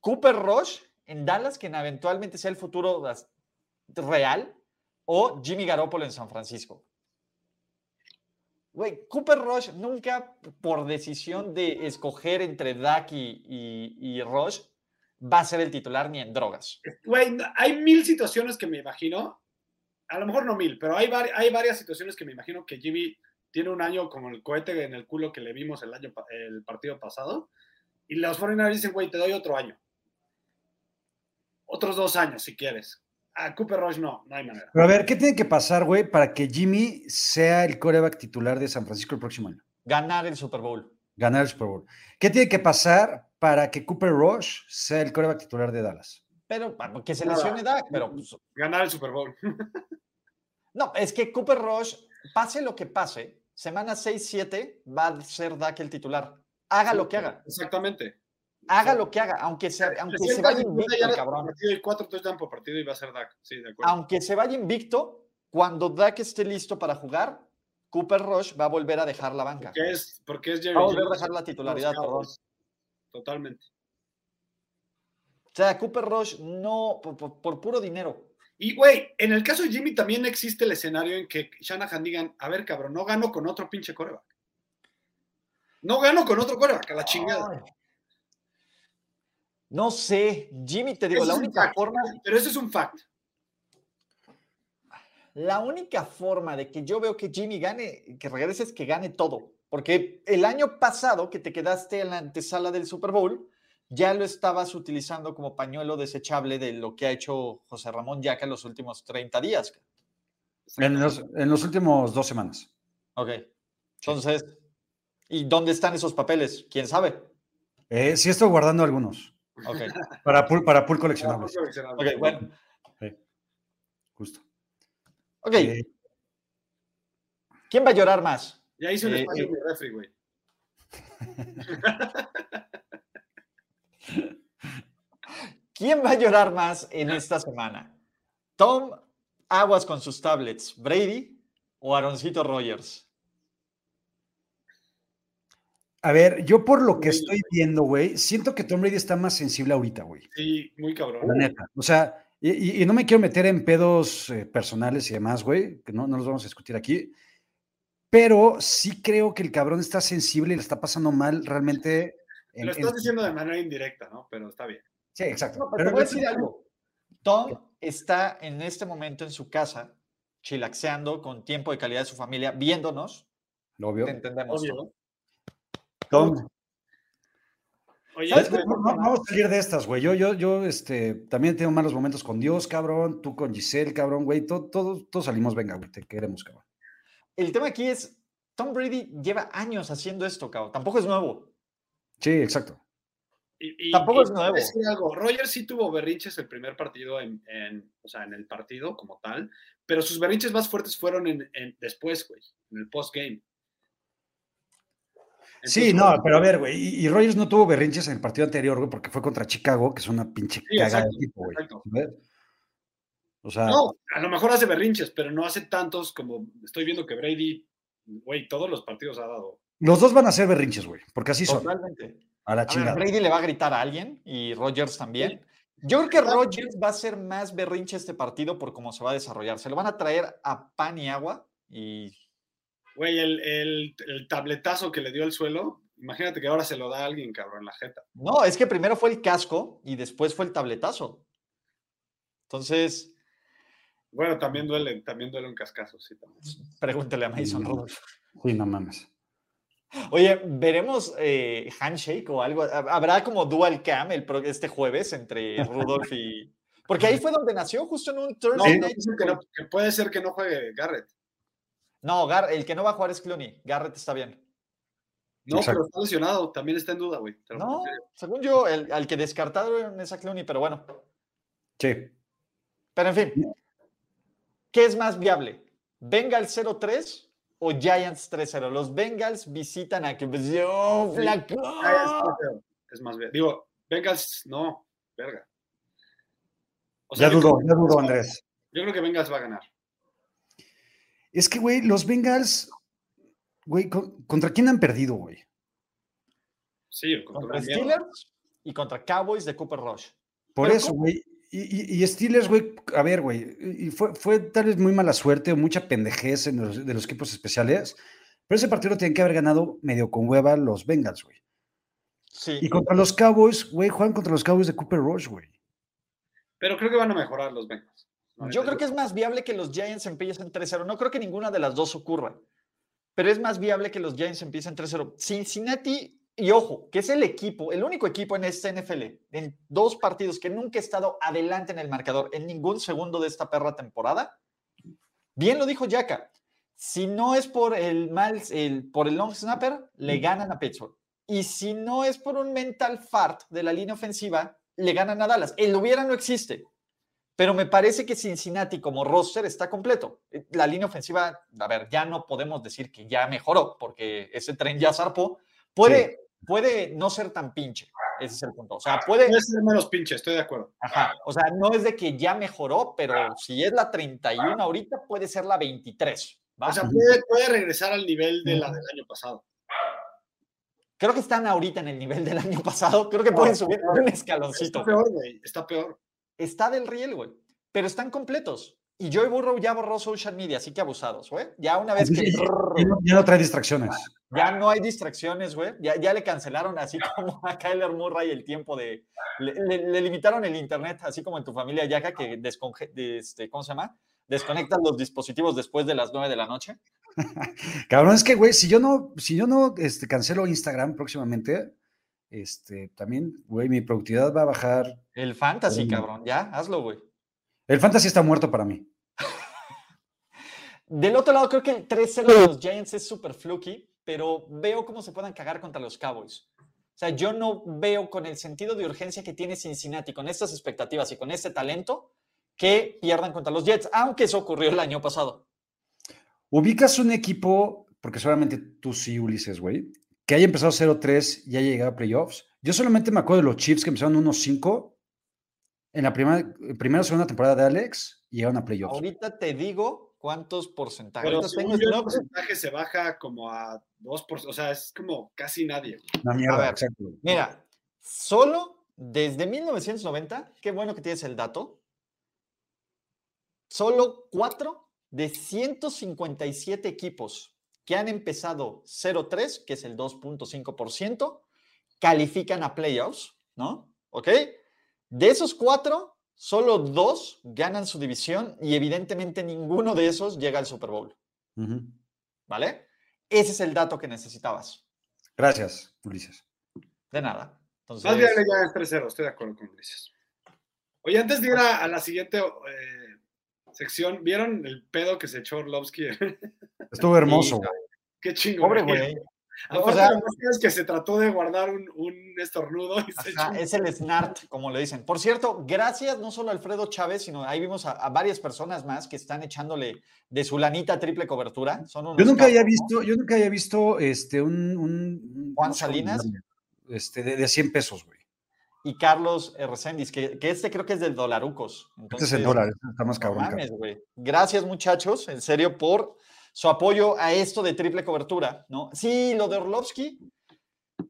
S6: Cooper Rush en Dallas, quien eventualmente sea el futuro das- real, o Jimmy Garoppolo en San Francisco. Güey, Cooper Rush nunca por decisión de escoger entre Dak y, y- y Rush va a ser el titular ni en drogas.
S7: Güey, no- hay mil situaciones que me imagino, a lo mejor no mil, pero hay, vari- hay varias situaciones que me imagino que Jimmy tiene un año como el cohete en el culo que le vimos el, año, pa- el partido pasado, y los 49 dicen, güey, te doy otro año. Otros dos años, si quieres. A Cooper Rush no, no hay manera.
S9: Pero a ver, ¿qué tiene que pasar, güey, para que Jimmy sea el coreback titular de San Francisco el próximo año?
S6: Ganar el Super Bowl.
S9: Ganar el Super Bowl. ¿Qué tiene que pasar para que Cooper Rush sea el coreback titular de Dallas?
S6: Pero pa- que se
S7: Nada.
S6: lesione Dak, pero pues,
S7: Ganar el Super Bowl.
S6: No, es que Cooper Rush, pase lo que pase, semana 6-7 va a ser Dak el titular. Haga lo que haga,
S7: Exactamente.
S6: haga lo que haga, aunque se, aunque se
S7: 60
S6: vaya
S7: y 50
S6: invicto,
S7: yardas por
S6: cabrón.
S7: partido y cuatro touchdowns por partido y va a ser Dak. Sí, de acuerdo.
S6: Aunque se vaya invicto, cuando Dak esté listo para jugar, Cooper Rush va a volver a dejar la banca.
S7: Porque es, porque es Jerry
S6: Va a volver a
S7: Jones,
S6: dejar la titularidad,
S7: los
S6: perdón.
S7: Cowboys. Totalmente.
S6: O sea, Cooper Rush no, por, por- por puro dinero.
S7: Y, güey, en el caso de Jimmy también existe el escenario en que Shanahan digan, a ver, cabrón, no gano con otro pinche coreback. No gano con otro coreback, a la chingada.
S6: Ay. No sé, Jimmy, te digo,
S7: Ese
S6: la
S7: es un
S6: única
S7: fact.
S6: forma
S7: Pero eso es un fact.
S6: La única forma de que yo veo que Jimmy gane, que regrese es que gane todo. Porque el año pasado que te quedaste en la antesala del Super Bowl, ya lo estabas utilizando como pañuelo desechable de lo que ha hecho José Ramón Yaca en los últimos 30 días. ca-
S9: En los, en los últimos dos semanas.
S6: Ok. Entonces, ¿y dónde están esos papeles? ¿Quién sabe?
S9: Eh, sí estoy guardando algunos
S6: Ok,
S9: para pool, para pool coleccionables.
S6: pues, ok, bueno.
S9: Justo.
S6: Ok,
S9: Eh,
S6: ¿quién va a llorar más?
S7: Ya hice un
S6: Eh,
S7: espacio
S6: eh.
S7: en mi refri, güey.
S6: ¿Quién va a llorar más en esta semana? ¿Tom Aguas con sus tablets, Brady o Aaroncito Rogers?
S9: a ver, yo por lo que estoy viendo, güey, siento que Tom Brady está más sensible ahorita, güey.
S7: Sí, muy cabrón.
S9: La neta. O sea, y, y- y no me quiero meter en pedos eh, personales y demás, güey, que no, no los vamos a discutir aquí. Pero sí creo que el cabrón está sensible y le está pasando mal realmente. en-
S7: Lo
S9: en-
S7: estás diciendo de manera indirecta, ¿no? Pero está bien.
S9: Sí, exacto.
S6: No, pero
S9: Pero-
S6: te voy a decir algo. Tom está en este momento en su casa, chilaxeando con tiempo de calidad de su familia, viéndonos.
S9: Obvio.
S6: Te entendemos.
S7: Obvio.
S6: Tom.
S9: Tom,
S7: Oye,
S9: ¿Sabes
S7: güey,
S9: qué? No, no, vamos a salir de estas, güey. Yo, yo, yo, este, también tengo malos momentos con Dios, cabrón. Tú con Giselle, cabrón, güey. Todos, todos, todos salimos, venga, güey. Te queremos, cabrón.
S6: El tema aquí es, Tom Brady lleva años haciendo esto, cao. Tampoco es nuevo.
S9: Sí, exacto.
S7: Y, y-
S6: Tampoco
S7: y
S6: es nuevo.
S7: decir algo, Roger sí tuvo berrinches el primer partido, en, en- o sea, en el partido como tal, pero sus berrinches más fuertes fueron en, en- después, güey, en el postgame.
S9: Sí,
S7: Entonces,
S9: no, pero a ver, güey. Y, y Rogers no tuvo berrinches en el partido anterior, güey, porque fue contra Chicago, que es una pinche
S7: Sí,
S9: cagada de
S7: exacto,
S9: equipo, güey.
S7: exacto.
S9: ¿sabes? O sea,
S7: No, a lo mejor hace berrinches, pero no hace tantos como estoy viendo que Brady, güey, todos los partidos ha dado.
S9: los dos van a ser berrinches, güey, porque así son.
S6: Totalmente.
S9: A la
S6: A ver,
S9: chingada.
S6: Brady le va a gritar a alguien y Rogers también. Yo creo que Rogers va a ser más berrinche este partido por cómo se va a desarrollar. Se lo van a traer a pan y agua y
S7: Güey, el, el- el tabletazo que le dio el suelo, imagínate que ahora se lo da a alguien, cabrón, la jeta.
S6: No, es que primero fue el casco y después fue el tabletazo. Entonces,
S7: Bueno, también duele, también duele un cascazo, sí, también.
S6: pregúntale a Mason
S9: Mm.
S6: Rudolph.
S9: Sí, no mames.
S6: Oye, ¿veremos eh, handshake o algo? Hab- ¿Habrá como dual cam el pro- este jueves entre Rudolph y...? Porque ahí fue donde nació, justo en un
S7: No,
S6: Thursday
S7: no,
S6: Night
S7: dicen que no,
S6: Football.
S7: que puede ser que no juegue Garrett.
S6: No, Gar- el que no va a jugar es Clooney. Garrett está bien.
S7: No,
S9: Exacto.
S7: pero está lesionado, también está en duda, güey. te lo
S6: No,
S7: juro en serio.
S6: según yo, el, al que descartaron es a Clooney, pero bueno.
S9: Sí.
S6: Pero en fin, ¿qué es más viable? ¿Bengals 0-3 o Giants 3-0? Los Bengals visitan a que pues, yo, flaco.
S7: Ah, es más feo, Es más bien. Digo, Bengals, no, verga. O sea,
S9: ya
S7: yo
S9: dudó,
S7: creo-
S9: ya dudó, Andrés.
S7: Yo creo que Bengals va a ganar.
S9: Es que, güey, los Bengals, güey, con- ¿contra quién han perdido, güey?
S7: Sí, con toda
S6: Contra
S7: la mierda.
S6: Steelers y contra Cowboys de Cooper Rush.
S9: Por
S6: Pero
S9: eso, güey. Y, y- y Steelers, güey, a ver, güey, y y fue, fue tal vez muy mala suerte o mucha pendejez en los- de los equipos especiales, pero ese partido lo tenían que haber ganado medio con hueva los Bengals, güey.
S6: Sí,
S9: Y contra los Cowboys, güey, juegan contra los Cowboys de Cooper Rush, güey.
S7: Pero creo que van a mejorar los Bengals. la
S6: yo
S7: neta.
S6: creo que es más viable que los Giants empiecen 3-0. No creo que ninguna de las dos ocurra, pero es más viable que los Giants empiecen 3-0. Cincinnati, y ojo, que es el equipo, el único equipo en este NFL, en dos partidos que nunca ha estado adelante en el marcador en ningún segundo de esta perra temporada. Bien lo dijo Yaka. Si no es por el mal, el- por el long snapper,
S7: Mm.
S6: le ganan a Pittsburgh. Y si no es por un mental fart de la línea ofensiva, le ganan a Dallas. El hubiera no existe. Pero me parece que Cincinnati como roster está completo. Eh, La línea ofensiva, a ver, ya no podemos decir que ya mejoró, porque ese tren ya zarpó. Puede, puede no ser tan pinche. Ese es el punto. O sea, puede,
S7: Puede ser menos pinche, estoy de acuerdo.
S6: Ajá, o sea, no es de que ya mejoró, pero si es la 31 ahorita, puede ser la 23. ¿va?
S7: O
S9: Ah,
S7: sea, puede, puede regresar al nivel de la del año pasado.
S6: creo que están ahorita en el nivel del año pasado, creo que pueden subir un escaloncito.
S7: Está peor, güey. Está peor.
S6: Está del riel, güey, pero están completos. Y Joey Burrow ya borró social media, así que abusados, güey. Ya una vez que
S9: Ya no, ya no trae distracciones.
S6: ya no hay distracciones, güey, ya, ya le cancelaron así como a Kyler Murray el tiempo de... Le, le- le limitaron el internet, así como en tu familia Yaka, que desconge, de este, ¿cómo se llama? Desconectas los dispositivos después de las 9 de la noche.
S9: Cabrón, es que, güey, si yo no, si yo no este, cancelo Instagram próximamente, este, también, güey, mi productividad va a bajar.
S6: El fantasy,
S9: Mm.
S6: cabrón, ya, hazlo, güey.
S9: El fantasy está muerto para mí.
S6: Del otro lado, creo que el 3-0 de los Giants es súper fluky, pero veo cómo se puedan cagar contra los Cowboys. O sea, yo no veo con el sentido de urgencia que tiene Cincinnati, con estas expectativas y con este talento, que pierdan contra los Jets, aunque eso ocurrió el año pasado.
S9: Ubicas un equipo, porque solamente tú sí, Ulises, güey, que haya empezado 0-3 y haya llegado a playoffs. Yo solamente me acuerdo de los Chiefs que empezaron 1-5 en la primera, primera o segunda temporada de Alex y llegaron a playoffs.
S6: Ahorita te digo cuántos porcentajes.
S7: Pero
S6: Ahorita tengo
S7: según
S6: el
S7: yo, el
S6: Knox.
S7: porcentaje se baja como a 2%. O sea, es como casi nadie.
S9: Una mierda,
S6: ver.
S9: exacto. güey.
S6: Mira, solo desde 1990, qué bueno que tienes el dato, solo cuatro de 157 equipos que han empezado 0-3, que es el 2.5%, califican a playoffs, ¿no? ¿Ok? De esos cuatro, solo dos ganan su división y evidentemente ninguno de esos llega al Super Bowl,
S9: Ujú.
S6: ¿vale? Ese es el dato que necesitabas.
S9: Gracias, Ulises.
S6: De nada. Entonces,
S7: Más bien le ya es 3-0, estoy de acuerdo con Ulises. Oye, antes de ir a, a la siguiente eh, sección, ¿vieron el pedo que se echó Orlovsky?
S9: Estuvo
S6: Sí,
S9: hermoso, güey.
S7: Qué chingo.
S6: Pobre
S7: güey.
S6: güey.
S7: Aparte,
S6: sea-
S7: lo más feo es que se trató de guardar un, un estornudo y se
S6: Ajá,
S7: echó-
S6: es el snart, como le dicen. Por cierto, gracias no solo a Alfredo Chávez, sino ahí vimos a, a varias personas más que están echándole de su lanita triple cobertura. Son unos
S9: Yo nunca había
S6: capos, ¿no?
S9: visto, yo nunca había visto este, un, un-
S6: Juan
S9: no sé cómo
S6: Salinas.
S9: llamarle, Este, de, de 100 pesos, güey.
S6: Y Carlos Reséndiz, que, que este creo que es del Dolarucos.
S9: Este
S6: Entonces,
S9: es el dólar, este está más
S6: no
S9: cabrón. cabrón.
S6: mames, güey. Gracias, muchachos, en serio, por su apoyo a esto de triple cobertura, ¿no? Sí, lo de Orlovsky,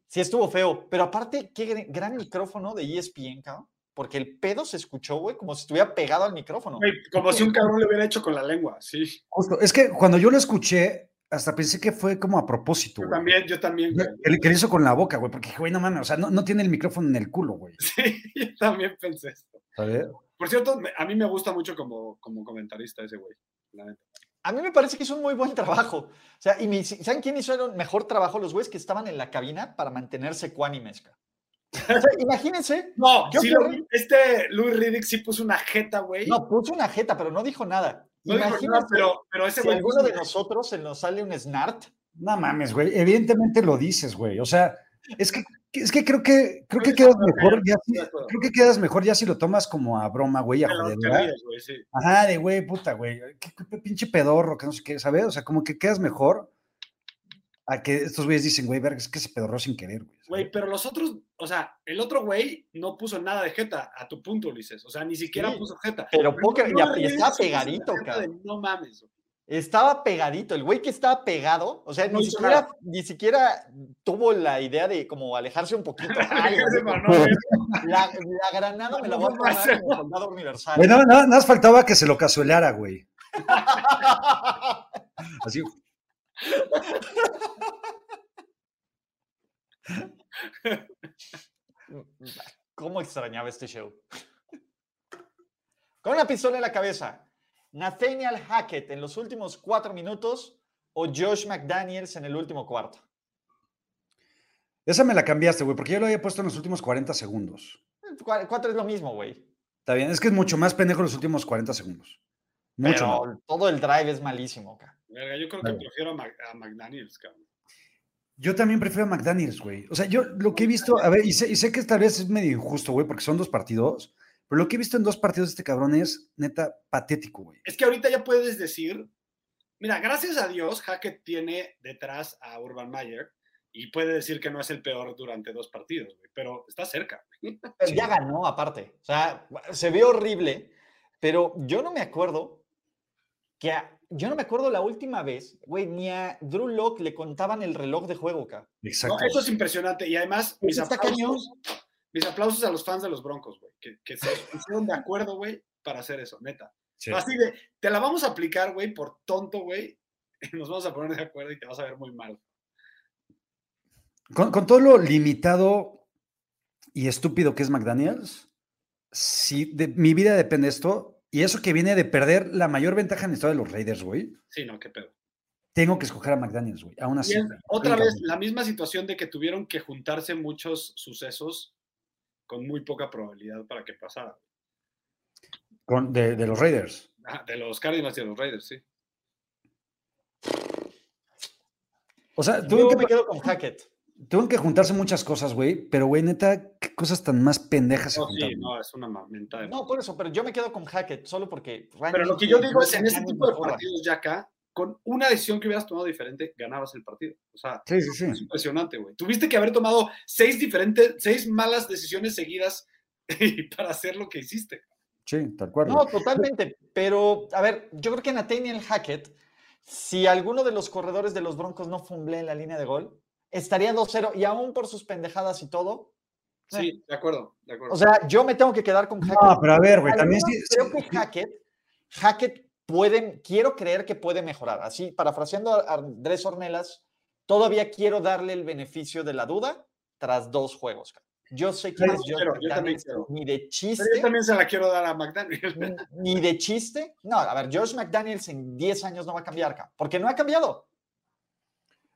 S6: sí estuvo feo, pero aparte, qué gr- gran micrófono de E ESPN, cabrón. Porque el pedo se escuchó, güey, como si estuviera pegado al micrófono.
S7: Güey, Como si un cabrón le hubiera hecho con la lengua, sí.
S9: Justo, Es que cuando yo lo escuché, hasta pensé que fue como a propósito,
S7: Yo
S9: güey.
S7: también, yo también, güey.
S9: Que le- que le hizo con la boca, güey, porque, güey, no mames, o sea, no, no tiene el micrófono en el culo, güey.
S7: Sí, yo también pensé esto.
S9: ¿sabes?
S7: Por cierto, me- a mí me gusta mucho como, como comentarista ese güey. la neta.
S6: A mí me parece que hizo un muy buen trabajo. O sea, y me hici- ¿saben quién hizo el mejor trabajo? Los güeyes que estaban en la cabina para mantenerse cuánimes. ca. O sea, imagínense.
S7: No,
S6: Yo
S7: sí lo
S6: creo-
S7: vi. Este Louis Riddick sí puso una jeta, güey. No,
S6: No, puso una jeta, pero no dijo nada.
S7: dijo
S6: Imagínense
S7: nada, pero, pero ese
S6: si
S7: güey.
S6: alguno de nosotros se nos sale un snart.
S9: No mames, güey. Evidentemente lo dices, güey. O sea, es que, es que creo que creo que
S7: que
S9: quedas
S7: está bien,
S9: mejor ya si,
S7: de acuerdo.
S9: creo que quedas mejor ya si lo tomas como a broma, güey, a
S7: Te lo- te
S9: joder.
S7: ríes, güey, sí.
S9: Ajá, de güey, puta, güey. Qué, qué pinche pedorro, que no sé qué, ¿sabes? O sea, como que quedas mejor a que estos güeyes dicen, güey, verga, es que se pedorró sin querer, güey. ¿sabes?
S7: Güey, pero los otros, o sea, el otro güey no puso nada de jeta, a tu punto, Ulises. O sea, ni siquiera
S6: Sí,
S7: puso jeta.
S6: pero poca- y a-
S7: Louis
S6: y está
S7: Riddick sí puso
S6: pegadito,
S7: una jeta
S6: cabrón.
S7: de No mames. güey.
S6: Estaba pegadito, el güey que estaba pegado, o sea,
S7: No
S6: ni,
S7: hizo
S6: siquiera,
S7: nada.
S6: ni siquiera tuvo la idea de como alejarse un poquito. Ay,
S7: Ese
S6: güey,
S7: Manolo, güey.
S6: la, la granada me la voy a
S7: No va a
S6: tomar
S7: ser.
S6: como soldado universal.
S9: Güey, nada, nada- nada más faltaba que se lo cazuelara, güey. Así.
S6: ¿Cómo extrañaba este show? Con una pistola en la cabeza, Nathaniel Hackett en los últimos cuatro minutos o Josh McDaniels en el último cuarto.
S9: Esa me la cambiaste, güey, porque yo lo había puesto en los últimos 40 segundos.
S6: Cua- Cuatro es lo mismo, güey.
S9: Está bien, es que es mucho más pendejo los últimos 40 segundos. Mucho más.
S6: Pero todo el drive es malísimo. ca.
S7: Verga, yo creo que
S9: Vale.
S7: prefiero a, Mac- a McDaniels, cabrón.
S9: Yo también prefiero a McDaniels, güey. O sea, yo lo que he visto, a ver, y sé, y sé que tal vez es medio injusto, güey, porque son dos partidos, pero lo que he visto en dos partidos de este cabrón es neta patético, güey.
S7: Es que ahorita ya puedes decir, mira, gracias a Dios, Hackett tiene detrás a Urban Meyer y puede decir que no es el peor durante dos partidos, güey, pero está cerca.
S6: Pero Ya ganó, aparte. O sea, se vio horrible, pero yo no me acuerdo que. a- yo no me acuerdo la última vez, güey, ni a Drew Locke le contaban el reloj de juego, ca.
S9: Exacto.
S7: No, eso es impresionante. Y además, mis
S6: está
S7: aplausos, mis aplausos a los fans de los Broncos, güey, que, que se pusieron de acuerdo, güey, para hacer eso, neta.
S9: Sí.
S7: Así de, te la vamos a aplicar, güey, por tonto, güey, y nos vamos a poner de acuerdo y te vas a ver muy mal.
S9: Con, con todo lo limitado y estúpido que es McDaniels, sí, de, mi vida depende de esto, y eso que viene de perder la mayor ventaja en la historia de los Raiders, güey,
S7: Sí, no, qué pedo.
S9: tengo que escoger a McDaniels, güey, aún
S7: Y
S9: así.
S7: es
S9: güey.
S7: otra
S9: Venga,
S7: vez
S9: güey.
S7: la misma situación de que tuvieron que juntarse muchos sucesos con muy poca probabilidad para que pasara.
S9: Con- de, de los Raiders.
S7: Ah, De los Cardinals y de los Raiders, sí.
S9: O sea,
S6: Yo
S9: tuvieron que,
S6: me quedo con Hackett.
S9: tuvieron que juntarse muchas cosas, güey, pero, güey, neta, qué cosas tan más pendejas se
S7: No,
S9: juntaron.
S7: sí, no, es una ma- mentada. de-
S6: No, por eso, pero yo me quedo con Hackett, solo porque.
S7: Pero
S6: Randy
S7: lo que yo
S6: Moss
S7: digo es,
S6: Ah, no
S7: en este
S6: gana
S7: tipo de
S6: mejor.
S7: partidos ya acá, con una decisión que hubieras tomado diferente, ganabas el partido. O sea,
S9: Sí, sí,
S7: es
S9: sí.
S7: impresionante, güey. Tuviste que haber tomado seis diferentes, seis malas decisiones seguidas para hacer lo que hiciste.
S9: Sí, tal cual.
S6: No,
S9: güey.
S6: totalmente. Pero, a ver, yo creo que Nathaniel Hackett, si alguno de los corredores de los Broncos no fumble en la línea de gol, estaría 2-0 y aún por sus pendejadas y todo.
S7: Sí, de acuerdo, de acuerdo.
S6: O sea, yo me tengo que quedar con Hackett.
S9: No, pero a ver, güey, también sí.
S6: Además, creo que Hackett, Hackett puede, quiero creer que puede mejorar. Así, parafraseando a Andrés Ornelas, todavía quiero darle el beneficio de la duda tras dos juegos. cabrón. Yo sé que
S7: Yo
S6: es
S7: quiero,
S6: Josh
S7: yo también
S6: McDaniels,
S7: quiero.
S6: ni de chiste
S7: Pero yo también se la quiero dar a McDaniel.
S6: ni- ni de chiste. No, a ver, Josh McDaniels en 10 años no va a cambiar, ca- porque no ha cambiado.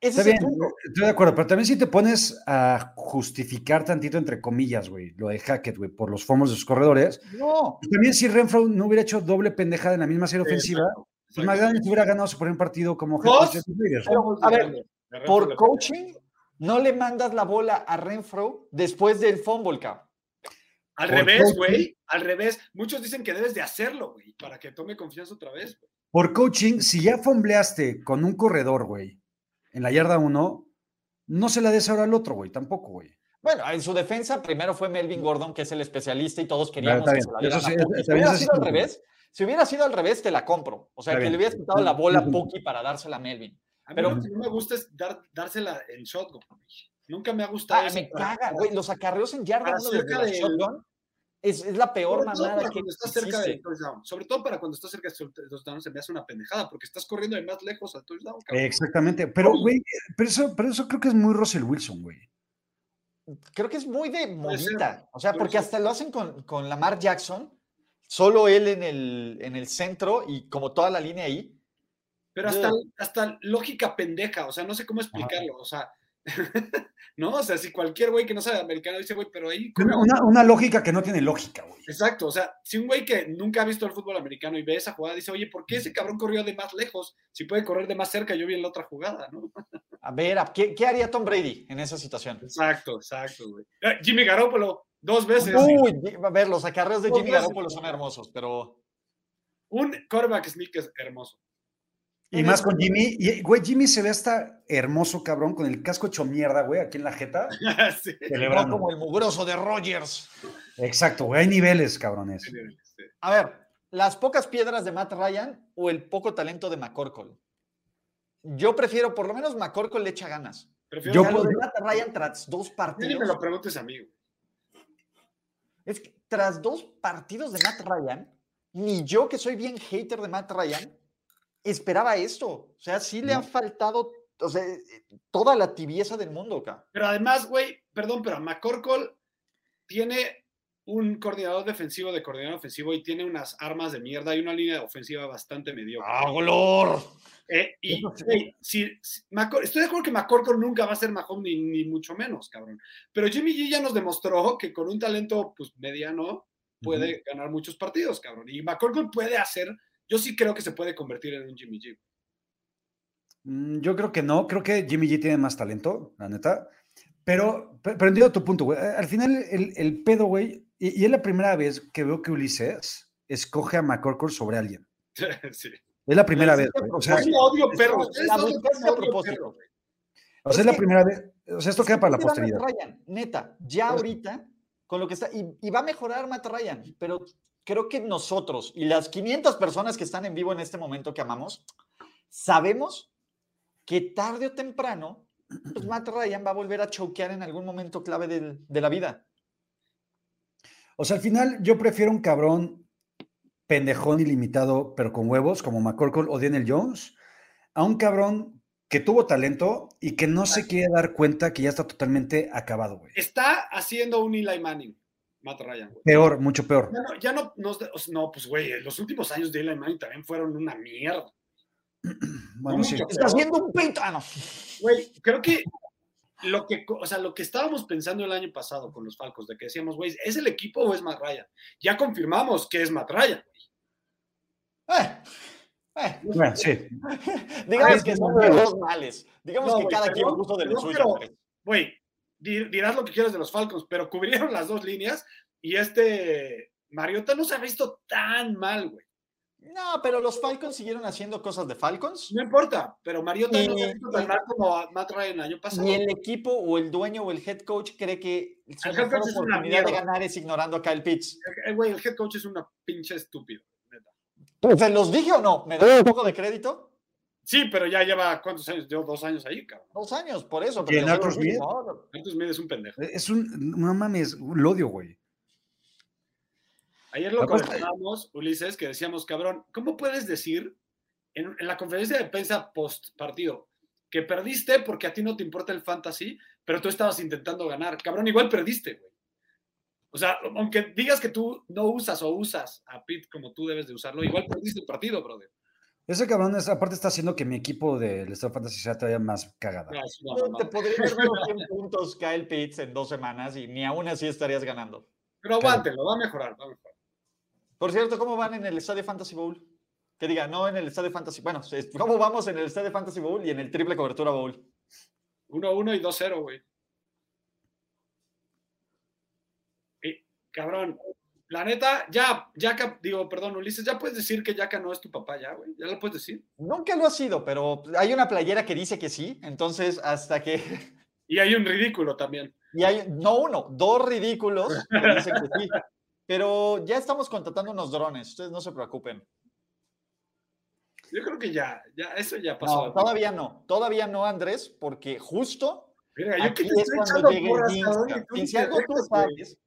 S6: Ese
S9: Está
S6: es el
S9: bien,
S6: punto.
S9: estoy de acuerdo, pero también si te pones a justificar tantito, entre comillas, güey, lo de Hackett, güey, por los fomos de sus corredores.
S6: No,
S9: y También si Renfro no hubiera hecho doble pendejada en la misma serie ofensiva,
S7: Exacto,
S9: pues
S7: exacto.
S9: McDaniels hubiera ganado su primer partido como
S7: Dos,
S9: coach de los Raiders, güey.
S6: pero, a ver,
S7: De Renfro
S6: Por
S7: le-
S6: coaching, no le mandas la bola a Renfro después del fumble, cabrón.
S7: Al
S9: Por
S7: revés,
S9: coaching.
S7: güey. Al revés. Muchos dicen que debes de hacerlo, güey, para que tome confianza otra vez. güey.
S9: Por coaching, si ya fombleaste con un corredor, güey, en la yarda 1, no se la des ahora al otro, güey, tampoco, güey.
S6: Bueno, en su defensa primero fue Melvin Gordon, que es el especialista y todos queríamos
S9: está
S6: que
S9: bien.
S6: se la dieran
S9: Eso sí,
S6: a
S9: eso-
S6: Pookie. Si
S9: también
S6: hubiera
S9: eso sí
S6: sido al
S9: entiendo.
S6: revés, si hubiera sido al revés, te la compro. O sea,
S9: Está
S6: que
S9: bien.
S6: le hubieras quitado la bola a
S9: Ujú.
S6: Pookie para dársela a Melvin.
S7: A mí
S6: Pero-
S7: lo que no me gusta es dar, dársela en shotgun. güey. Nunca me ha gustado.
S6: Ah,
S7: eso
S6: me
S7: para-
S6: caga, güey. Los acarreos en yarda
S7: para
S6: uno desde
S7: cerca
S6: la
S7: del-
S6: shotgun es, es la peor
S7: Sobre todo
S6: manada
S7: para
S6: que
S7: cuando estás cerca
S6: existe.
S7: del touchdown. Sobre todo para cuando estás cerca del touchdown se me hace una pendejada porque estás corriendo de más lejos al touchdown. cabrón.
S9: Exactamente. Pero,
S7: Oye.
S9: güey, pero eso, pero eso creo que es muy Russell Wilson, güey.
S6: Creo que es muy de
S7: ser,
S6: modita. O sea,
S7: puede
S6: porque
S7: ser.
S6: hasta lo hacen con, con Lamar Jackson, solo él en el, en el centro y como toda la línea ahí.
S7: Pero hasta,
S6: Yo-
S7: hasta lógica pendeja, o sea, no sé cómo explicarlo, o sea, no, o sea, si cualquier güey que no sabe americano dice, güey, pero ahí,
S9: Una,
S7: ¿cómo?".
S9: una- una lógica que no tiene lógica, güey.
S7: exacto, o sea, si un güey que nunca ha visto el fútbol americano y ve esa jugada, dice, oye, ¿por qué ese cabrón corrió de más lejos? Si puede correr de más cerca, yo vi en la otra jugada, ¿no?
S6: A ver, ¿a ¿qué, qué haría Tom Brady en esa situación?
S7: Exacto, exacto, güey. Eh, Jimmy Garoppolo, dos veces.
S6: Uy, di- a ver, los acarreos de
S7: Dos
S6: Jimmy
S7: veces.
S6: Garoppolo son hermosos, pero
S7: Un quarterback sneak es hermoso.
S9: Y más con Jimmy. Y, güey, Jimmy se ve hasta hermoso, cabrón, con el casco hecho mierda, güey, aquí en la jeta.
S7: Sí.
S6: no
S9: Celebrando.
S6: como el mugroso de Rogers.
S9: Exacto, güey. Hay niveles, cabrones.
S7: Sí.
S6: A ver, las pocas piedras de Matt Ryan o el poco talento de McCorkle. Yo prefiero, por lo menos McCorkle le echa ganas.
S7: Prefiero
S9: Yo
S6: O sea, lo
S9: por-
S6: de Matt Ryan tras dos
S7: Ni me
S6: partidos.
S7: lo preguntes a mí, güey.
S6: Es que tras dos partidos de Matt Ryan, ni yo que soy bien hater de Matt Ryan, esperaba esto. O sea, sí le han faltado o sea, eh, toda la tibieza del mundo acá.
S7: Pero además, güey, perdón, pero McCorkle tiene un coordinador defensivo de coordinador ofensivo y tiene unas armas de mierda y una línea ofensiva bastante mediocre. Eh, y,
S6: ¡Ah, Eso sí.
S7: güey, si, si- McCor- estoy de acuerdo que McCorkle nunca va a ser Mahomes ni, ni mucho menos, cabrón. Pero Jimmy G ya nos demostró que con un talento pues, mediano puede ganar muchos partidos, cabrón. Y McCorkle puede hacer, yo sí creo que se puede convertir en un Jimmy G.
S9: Mm, Yo creo que no, creo que Jimmy G tiene más talento, la neta. Pero, pe- pero entiendo tu punto, güey. A- Al final, el, el pedo, güey, y, y es la primera vez que veo que Ulises escoge a McCorkle sobre alguien.
S7: sí.
S9: Es la primera vez.
S6: hiciste a
S9: güey. O sea,
S7: Yo pues sí odio perros.
S6: la
S7: ustedes dos
S6: buscaste a
S7: opinan odio
S6: propósito.
S7: perros, güey.
S9: o sea,
S6: es
S9: es la
S6: que- pues
S9: primera vez. O sea, esto queda para la
S6: Sí va Matt
S9: posteridad.
S6: Ryan, neta, ya ahorita, con lo que está, y, y va a mejorar Matt Ryan, pero creo que nosotros y las 500 personas que están en vivo en este momento que amamos, sabemos que tarde o temprano, pues Matt Ryan va a volver a choquear en algún momento clave del- de la vida.
S9: O sea, al final yo prefiero un cabrón pendejón ilimitado, pero con huevos, como McCorkle o Daniel Jones, a un cabrón que tuvo talento y que no se quiere dar cuenta que ya está totalmente acabado, güey.
S7: Está haciendo un Eli Manning, Matt Ryan, güey.
S9: Peor, mucho peor.
S7: Ya no, ya no, nos da- o sea, no, pues güey, los últimos años de Eli Manning también fueron una mierda.
S9: Bueno,
S7: no
S9: sí.
S7: mucho.
S6: Está haciendo un pito. Ah, no.
S7: Güey, creo que lo que, co- o sea, lo que estábamos pensando el año pasado con los Falcos, de que decíamos, güey, ¿es el equipo o es Matt Ryan? Ya confirmamos que es Matt Ryan.
S6: Eh, eh,
S9: Bueno, sí.
S6: Digamos
S9: ver,
S6: que
S9: sí,
S6: son
S9: no,
S6: de
S9: no.
S6: dos males. Digamos
S7: No,
S6: que
S7: güey,
S6: cada quien
S7: pero-
S6: puso de lo
S7: pero-
S6: suyo. pues.
S7: pero-
S6: hombre.
S7: Güey, di- dirás lo que quieras de los Falcons, pero cubrieron las dos líneas y este Mariota no se ha visto tan mal, güey.
S6: No, pero los Falcons siguieron haciendo cosas de Falcons.
S7: No importa, pero Mariota no se ha
S6: Y-
S7: visto tan mal como a Matt Ryan el año pasado.
S6: Y el equipo o el dueño o el head coach cree que su
S7: El head
S6: mejor
S7: coach es una
S6: oportunidad de
S7: mierda.
S6: ganar es ignorando a Kyle Pitts.
S7: Eh, güey, el head coach es una pinche estúpida.
S6: ¿Se los dije o no? ¿Me da un poco de crédito?
S7: Sí, pero ya lleva, ¿cuántos años? Llevo dos años ahí, cabrón.
S6: Dos años, por eso.
S9: ¿Y en
S6: yo
S9: Arthur
S6: soy un
S9: Smith?
S6: jugador.
S7: Antes me es un pendejo.
S9: Es un, no mames, lo odio, güey.
S7: Ayer lo
S9: Aparte-
S7: comentábamos, Ulises, que decíamos, cabrón, ¿cómo puedes decir en, en la conferencia de prensa post partido que perdiste porque a ti no te importa el fantasy, pero tú estabas intentando ganar? Cabrón, igual perdiste, güey. O sea, aunque digas que tú no usas o usas a Pitt como tú debes de usarlo, igual perdiste el partido, brother.
S9: Ese cabrón es- aparte está haciendo que mi equipo del Star Fantasy sea todavía más cagada.
S7: Ah, No, es una
S6: Te
S7: mamada.
S6: podría haber dado 100 puntos Kyle Pitts en dos semanas y ni aún así estarías ganando.
S7: Pero aguántelo, va a mejorar, va a mejorar.
S6: Por cierto, ¿cómo van en el Estadio Fantasy Bowl? Que diga, no en el Estadio Fantasy. Bueno, es- ¿cómo vamos en el Estadio Fantasy Bowl y en el Triple Cobertura Bowl?
S7: 1-1 y 2-0, güey. Y, cabrón, la neta, ya, ya, Cap- digo, perdón, Ulises, ya puedes decir que Yaka no es tu papá, ya, güey. Ya lo puedes decir.
S6: Nunca lo ha sido, pero hay una playera que dice que sí, entonces hasta que...
S7: Y hay un ridículo también.
S6: Y hay, no uno, dos ridículos que dicen que sí. Pero ya estamos contratando unos drones, ustedes no se preocupen.
S7: Yo creo que ya, ya, eso ya pasó.
S6: No, todavía no, todavía no, Andrés, porque justo
S7: Mira, yo
S6: aquí
S7: que te
S6: es
S7: estoy
S6: cuando
S7: echando
S6: llega el
S7: porras,
S6: Jeans
S7: cabrón, y
S6: Cup.
S7: tú
S6: Y
S7: ni
S6: si
S7: te
S6: algo tú
S7: dejas, güey.
S6: sabes,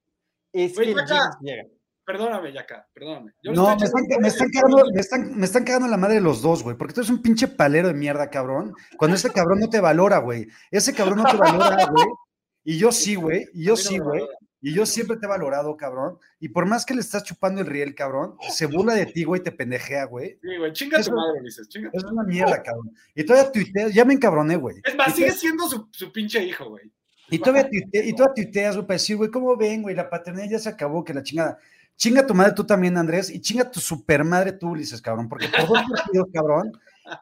S6: es
S7: Güey,
S6: que el
S7: Yaka.
S6: Jeans llega.
S7: Perdóname, Yaka, perdóname. Yo le
S9: No,
S7: estoy echando
S9: me están, me
S7: porras, cabrón.
S9: están cagando, me están- me están cagando la madre de los dos, güey. Porque tú eres un pinche palero de mierda, cabrón. Cuando ese cabrón no te valora, güey. Ese cabrón no te valora, güey. Y yo sí, güey. Y yo
S7: A mí no
S9: sí,
S7: me
S9: güey.
S7: valora.
S9: Y yo siempre te he valorado, cabrón. Y por más que le estás chupando el riel, cabrón, se burla de ti, güey, te pendejea, güey.
S7: Sí, güey, chinga
S9: Eso-
S7: tu madre, Ulises, chinga.
S9: Es una mierda, cabrón. Y todavía tuiteas, ya me encabroné, güey.
S7: Es más,
S9: Y todavía-
S7: sigue siendo su, su pinche hijo, güey.
S9: Y todavía, tuite- y todavía tuiteas, güey, para decir, güey, ¿cómo ven, güey? La paternidad ya se acabó, que la chingada. Chinga tu madre tú también, Andrés, y chinga tu supermadre tú, Ulises, cabrón, porque por dos partidos, cabrón,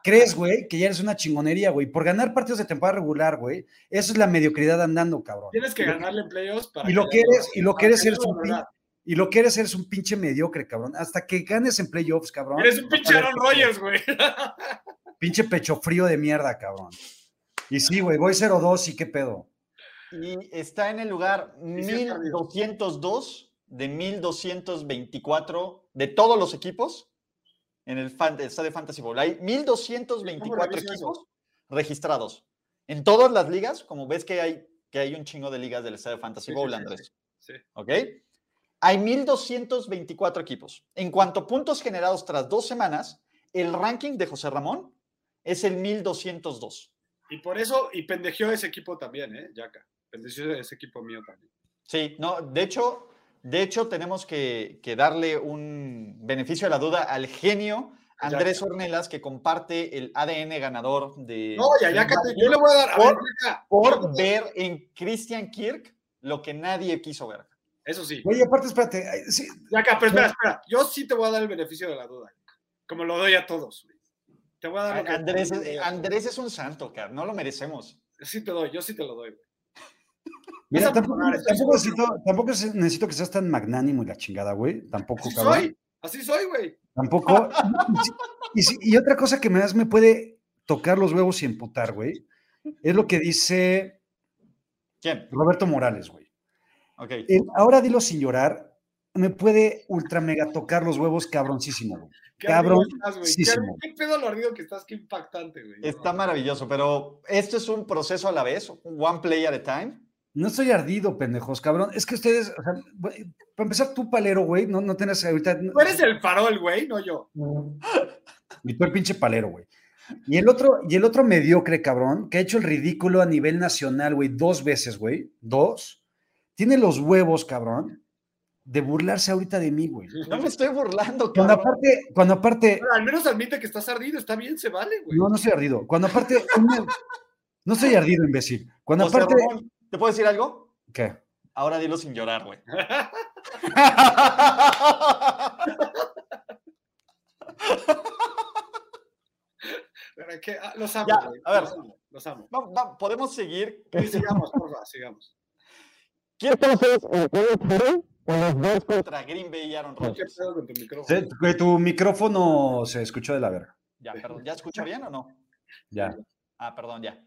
S9: crees, güey, que ya eres una chingonería, güey. Por ganar partidos de temporada regular, güey, eso es la mediocridad andando, cabrón.
S7: Tienes que ganarle en playoffs para.
S9: Y lo que eres, y lo que eres, eres un, pin-
S7: pinche.
S9: y lo que eres, eres un pinche mediocre, cabrón. Hasta que ganes en playoffs, cabrón.
S7: Eres un pinche Aaron Rodgers, güey.
S9: Pinche pecho frío de mierda, cabrón. Y sí, güey, voy 0-2 y qué pedo.
S6: Y está en el lugar
S7: Y sí está arriba.
S6: 1202 de 1224 de todos los equipos. En el fan- está de Fantasy Bowl. Hay 1224
S7: reviso eso?
S6: equipos registrados. En todas las ligas, como ves que hay, que hay un chingo de ligas del estado de Fantasy
S7: Sí, sí,
S6: Bowl,
S7: sí,
S6: Andrés.
S7: sí, sí.
S6: ¿Ok? Hay 1224 equipos. En cuanto a puntos generados tras dos semanas, el ranking de José Ramón es el 1202.
S7: Y por eso, y pendejeó ese equipo también, ¿eh? Yaka. Pendejeó ese equipo mío también.
S6: Sí, no, de hecho, de hecho tenemos que, que darle un beneficio de la duda al genio
S7: Ya.
S6: Andrés Ornelas que comparte el ADN ganador de
S7: No, ya, Yaka, te- yo le voy a dar. A ver,
S6: Por-
S7: Yaka.
S6: por ver en Christian Kirk lo que nadie quiso ver.
S7: Eso sí.
S9: Güey, aparte, espérate, ay, sí,
S7: Yaka, pero espera, espera. Yo sí te voy a dar el beneficio de la duda. Como lo doy a todos, güey. Te voy a dar. lo que-
S6: Andrés, eh, es- Andrés es un santo, car, no lo merecemos.
S7: Sí te doy, yo sí te lo doy, güey.
S9: Mira,
S7: Esa
S9: tampoco,
S7: mamada, estoy
S9: tampoco
S7: seguro.
S9: necesito, tampoco se- necesito que seas tan magnánimo y la chingada, güey. Tampoco,
S7: Así
S9: cabrón.
S7: soy, así soy, güey.
S9: Tampoco. Y si- Y, si- y otra cosa que me das, me puede tocar los huevos y emputar, güey. Es lo que dice
S6: ¿Quién?
S9: Roberto Morales, güey.
S6: Ok.
S9: El ahora dilo sin llorar, me puede ultra mega tocar los huevos cabroncísimo, güey.
S7: Qué ardido
S9: Cabrón,
S7: estás, güey.
S9: sí,
S7: Qué,
S9: Simón.
S7: qué pedo lo ardido que estás, qué impactante, güey.
S6: Está maravilloso, pero esto es un proceso a la vez, one play at a time.
S9: No estoy ardido, pendejos, cabrón. Es que ustedes, o sea, güey, para empezar, tú palero, güey, no, no tienes ahorita.
S7: Tú eres el farol, güey, no yo.
S9: Y tú el pinche palero, güey. Y el otro, y el otro mediocre, cabrón, que ha hecho el ridículo a nivel nacional, güey, dos veces, güey. Dos. Tiene los huevos, cabrón, de burlarse ahorita de mí, güey.
S6: No me estoy burlando,
S9: Cuando
S6: cabrón.
S9: aparte, cuando aparte,
S7: Pero al menos admite que estás ardido, está bien, se vale, güey.
S9: no, no soy ardido. Cuando aparte, una- no soy ardido, imbécil. Cuando
S6: José
S9: aparte,
S6: Ramón, ¿te puedo decir algo?
S9: ¿qué?
S6: Ahora dilo sin llorar, güey.
S7: Pero que- ah, los amo,
S6: Ya,
S7: güey,
S6: a ver.
S7: Los amo, los amo.
S6: Va- va- Podemos seguir.
S7: Sí, sigamos, porfa, sigamos.
S6: ¿Quién entonces con los dos contra Green Bay y Aaron
S7: ¿Qué
S6: Rodgers?
S7: pedo con tu micrófono?
S9: Se- güey, tu micrófono se escuchó de la verga.
S6: Ya, perdón, ¿ya escucha bien o no?
S9: Ya.
S6: Ah, perdón, ya.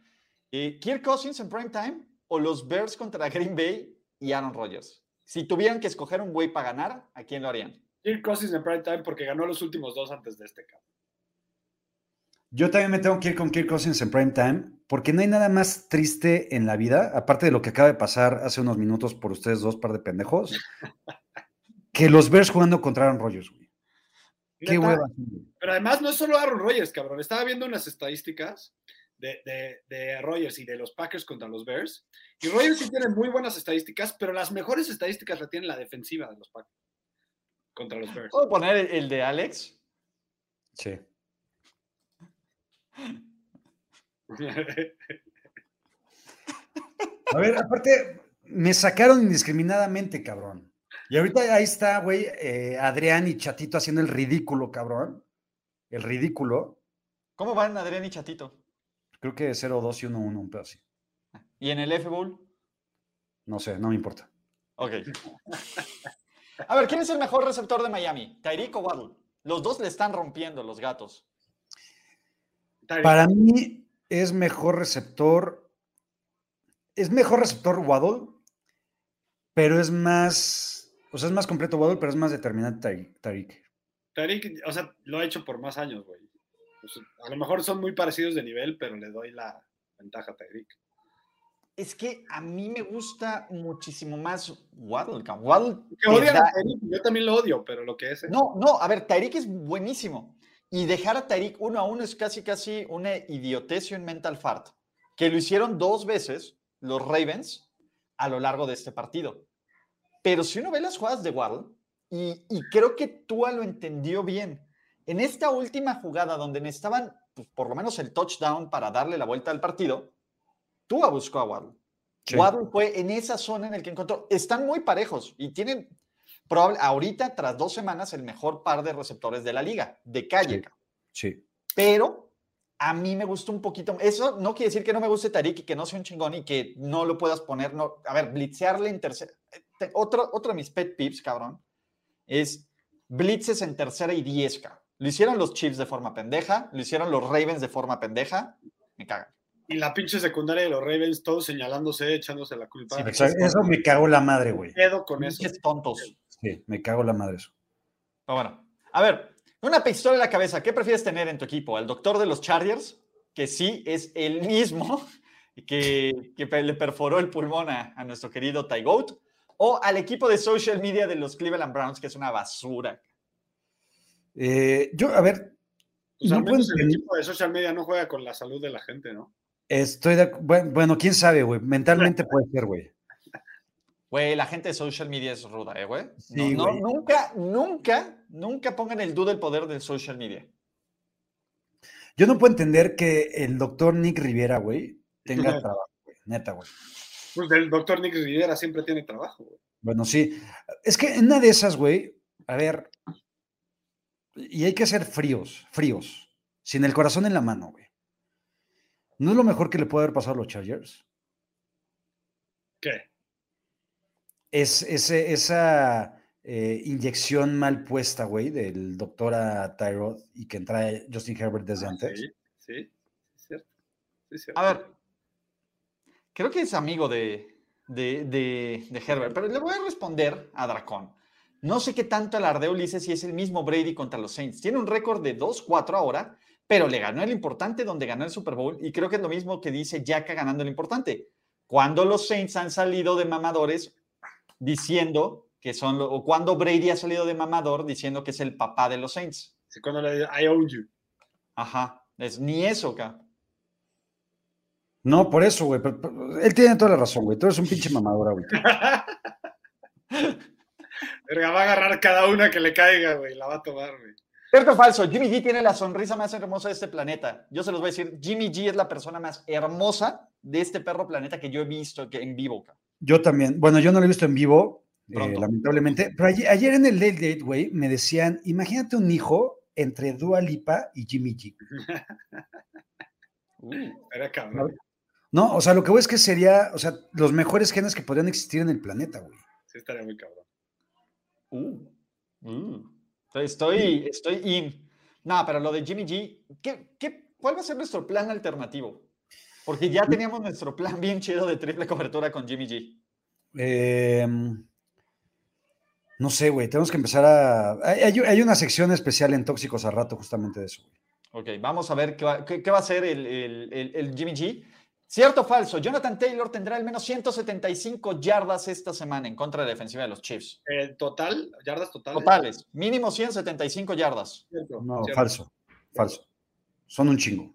S6: Eh, ¿Kirk Cousins en prime time o los Bears contra Green Bay y Aaron Rodgers? Si tuvieran que escoger un güey para ganar, ¿a quién lo harían?
S7: Kirk Cousins en prime time porque ganó los últimos dos antes de este cabrón.
S9: Yo también me tengo que ir con Kirk Cousins en prime time, porque no hay nada más triste en la vida, aparte de lo que acaba de pasar hace unos minutos por ustedes dos par de pendejos, que los Bears jugando contra Aaron Rodgers, güey. Qué
S7: Neta,
S9: hueva. güey.
S7: Pero además no es solo Aaron Rodgers, cabrón. Estaba viendo unas estadísticas de, de, de Rodgers y de los Packers contra los Bears. Y Rodgers sí tiene muy buenas estadísticas, pero las mejores estadísticas la tiene la defensiva de los Packers contra los Bears.
S6: ¿Puedo poner el, el de Alex?
S9: Sí. A ver, aparte, me sacaron indiscriminadamente, cabrón. Y ahorita ahí está, güey, eh, Adrián y Chatito haciendo el ridículo, cabrón. El ridículo.
S6: ¿Cómo van Adrián y Chatito?
S9: Creo que 0-2 y 1-1, un pedo así.
S6: ¿Y en el F-Bowl?
S9: No sé, no me importa.
S6: Ok. A ver, ¿quién es el mejor receptor de Miami? ¿Tyreek o Waddle? Los dos le están rompiendo los gatos.
S7: Tyreek.
S9: Para mí es mejor receptor. Es mejor receptor Waddle, pero es más. O sea, es más completo Waddle, pero es más determinante Tari- Tariq.
S7: Tyreek, o sea, lo ha hecho por más años, güey. O sea, a lo mejor son muy parecidos de nivel, pero le doy la ventaja a Tyreek.
S6: Es que a mí me gusta muchísimo más Waddle. cabrón. Waddle
S7: Que
S6: te
S7: odian
S6: da-
S7: a Tyreek, yo también lo odio, pero lo que es. ¿eh? es-
S6: No, no, a ver, Tariq es buenísimo. Y dejar a Tariq uno a uno es casi, casi una idiotez y un mental fart. Que lo hicieron dos veces los Ravens a lo largo de este partido. Pero si uno ve las jugadas de Waddle, y, y creo que Tua lo entendió bien, en esta última jugada donde necesitaban pues, por lo menos el touchdown para darle la vuelta al partido, Tua buscó a Waddle.
S9: Sí.
S6: Waddle fue en esa zona en el que encontró. Están muy parejos y tienen probable, ahorita, tras dos semanas, el mejor par de receptores de la liga, de calle.
S9: Sí.
S6: cabrón.
S9: Sí.
S6: Pero a mí me gusta un poquito. Eso no quiere decir que no me guste Tariq y que no sea un chingón y que no lo puedas poner. No, a ver, blitzearle en tercera. eh, te- Otro, otro de mis pet peeves, cabrón, es blitzes en tercera y diez, cabrón. Lo hicieron los Chiefs de forma pendeja, lo hicieron los Ravens de forma pendeja. Me cagan.
S7: Y la pinche secundaria de los Ravens, todos señalándose, echándose la culpa.
S6: Sí,
S7: Me
S9: O sea, eso me cago la madre, güey.
S7: quedo con eso.
S6: Pinches tontos.
S9: Sí, me cago la madre eso.
S6: Pero bueno, a ver, una pistola en la cabeza, ¿qué prefieres tener en tu equipo? ¿Al doctor de los Chargers? Que sí es el mismo que, que pe- le perforó el pulmón a, a nuestro querido Ty Goat, o al equipo de social media de los Cleveland Browns, que es una basura.
S9: Eh, yo, a ver,
S7: Pues
S9: no
S7: al
S9: puedo
S7: menos el
S9: entender-
S7: equipo de social media no juega con la salud de la gente, ¿no?
S9: estoy de acu- bueno, Bueno, quién sabe, güey. Mentalmente puede ser, güey.
S6: Güey, la gente de social media es ruda, ¿eh, güey? No,
S9: Sí,
S6: no,
S9: güey.
S6: nunca, nunca, nunca pongan el duda el poder del social media.
S9: Yo no puedo entender que el doctor Nick Rivera, güey, tenga trabajo, güey. Neta, güey.
S7: Pues el doctor Nick Rivera siempre tiene trabajo, güey.
S9: Bueno, sí. Es que en una de esas, güey, a ver, y hay que ser fríos, fríos, sin el corazón en la mano, güey. ¿No es lo mejor que le puede haber pasado a los Chargers?
S7: ¿Qué?
S9: Es ese, esa eh, inyección mal puesta, güey, del doctor a Tyrod y que entra Justin Herbert desde antes.
S7: Sí, sí, es cierto. sí, es cierto.
S6: A ver, creo que es amigo de, de, de- de Herbert, pero le voy a responder a Dracón. No sé qué tanto alardea Ulises si es el mismo Brady contra los Saints. Tiene un récord de 2-4 ahora, pero le ganó el importante donde ganó el Super Bowl y creo que es lo mismo que dice Yaka ganando el importante. Cuando los Saints han salido de mamadores diciendo que son, lo- o cuando Brady ha salido de mamador diciendo que es el papá de los Saints.
S7: Sí, cuando le I own you.
S6: Ajá, es ni eso, acá.
S9: No, por eso, güey. pero- pero Él tiene toda la razón, güey. Tú eres un pinche mamador ahorita.
S7: Verga, va a agarrar cada una que le caiga, güey. La va a tomar, güey.
S6: ¿Cierto o falso? Jimmy G tiene la sonrisa más hermosa de este planeta. Yo se los voy a decir, Jimmy G es la persona más hermosa de este perro planeta que yo he visto que- en vivo. cabrón.
S9: Yo también. Bueno, yo no lo he visto en vivo, eh,
S6: Pronto.
S9: lamentablemente. Pero ayer, ayer en el Late Date, güey, me decían, imagínate un hijo entre Dua Lipa y Jimmy G.
S7: Era cabrón.
S9: No, o sea, lo que voy es que sería, o sea, los mejores genes que podrían existir en el planeta, güey.
S7: Sí, estaría muy cabrón.
S6: Uh, uh. Estoy, estoy in. No, pero lo de Jimmy G, ¿qué, qué, cuál va a ser nuestro plan alternativo? Porque ya teníamos nuestro plan bien chido de triple cobertura con Jimmy G.
S9: Eh, no sé, güey, tenemos que empezar a... Hay, hay- hay una sección especial en Tóxicos a rato justamente de eso. güey.
S6: Ok, vamos a ver qué va, qué- qué va a hacer el, el- el- el Jimmy G. ¿Cierto o falso? Jonathan Taylor tendrá al menos 175 yardas esta semana en contra de la defensiva de los Chiefs.
S7: Eh, total, yardas totales.
S6: Totales, mínimo 175 yardas.
S7: Cierto,
S9: No,
S7: cierto.
S9: falso, falso. Son un chingo.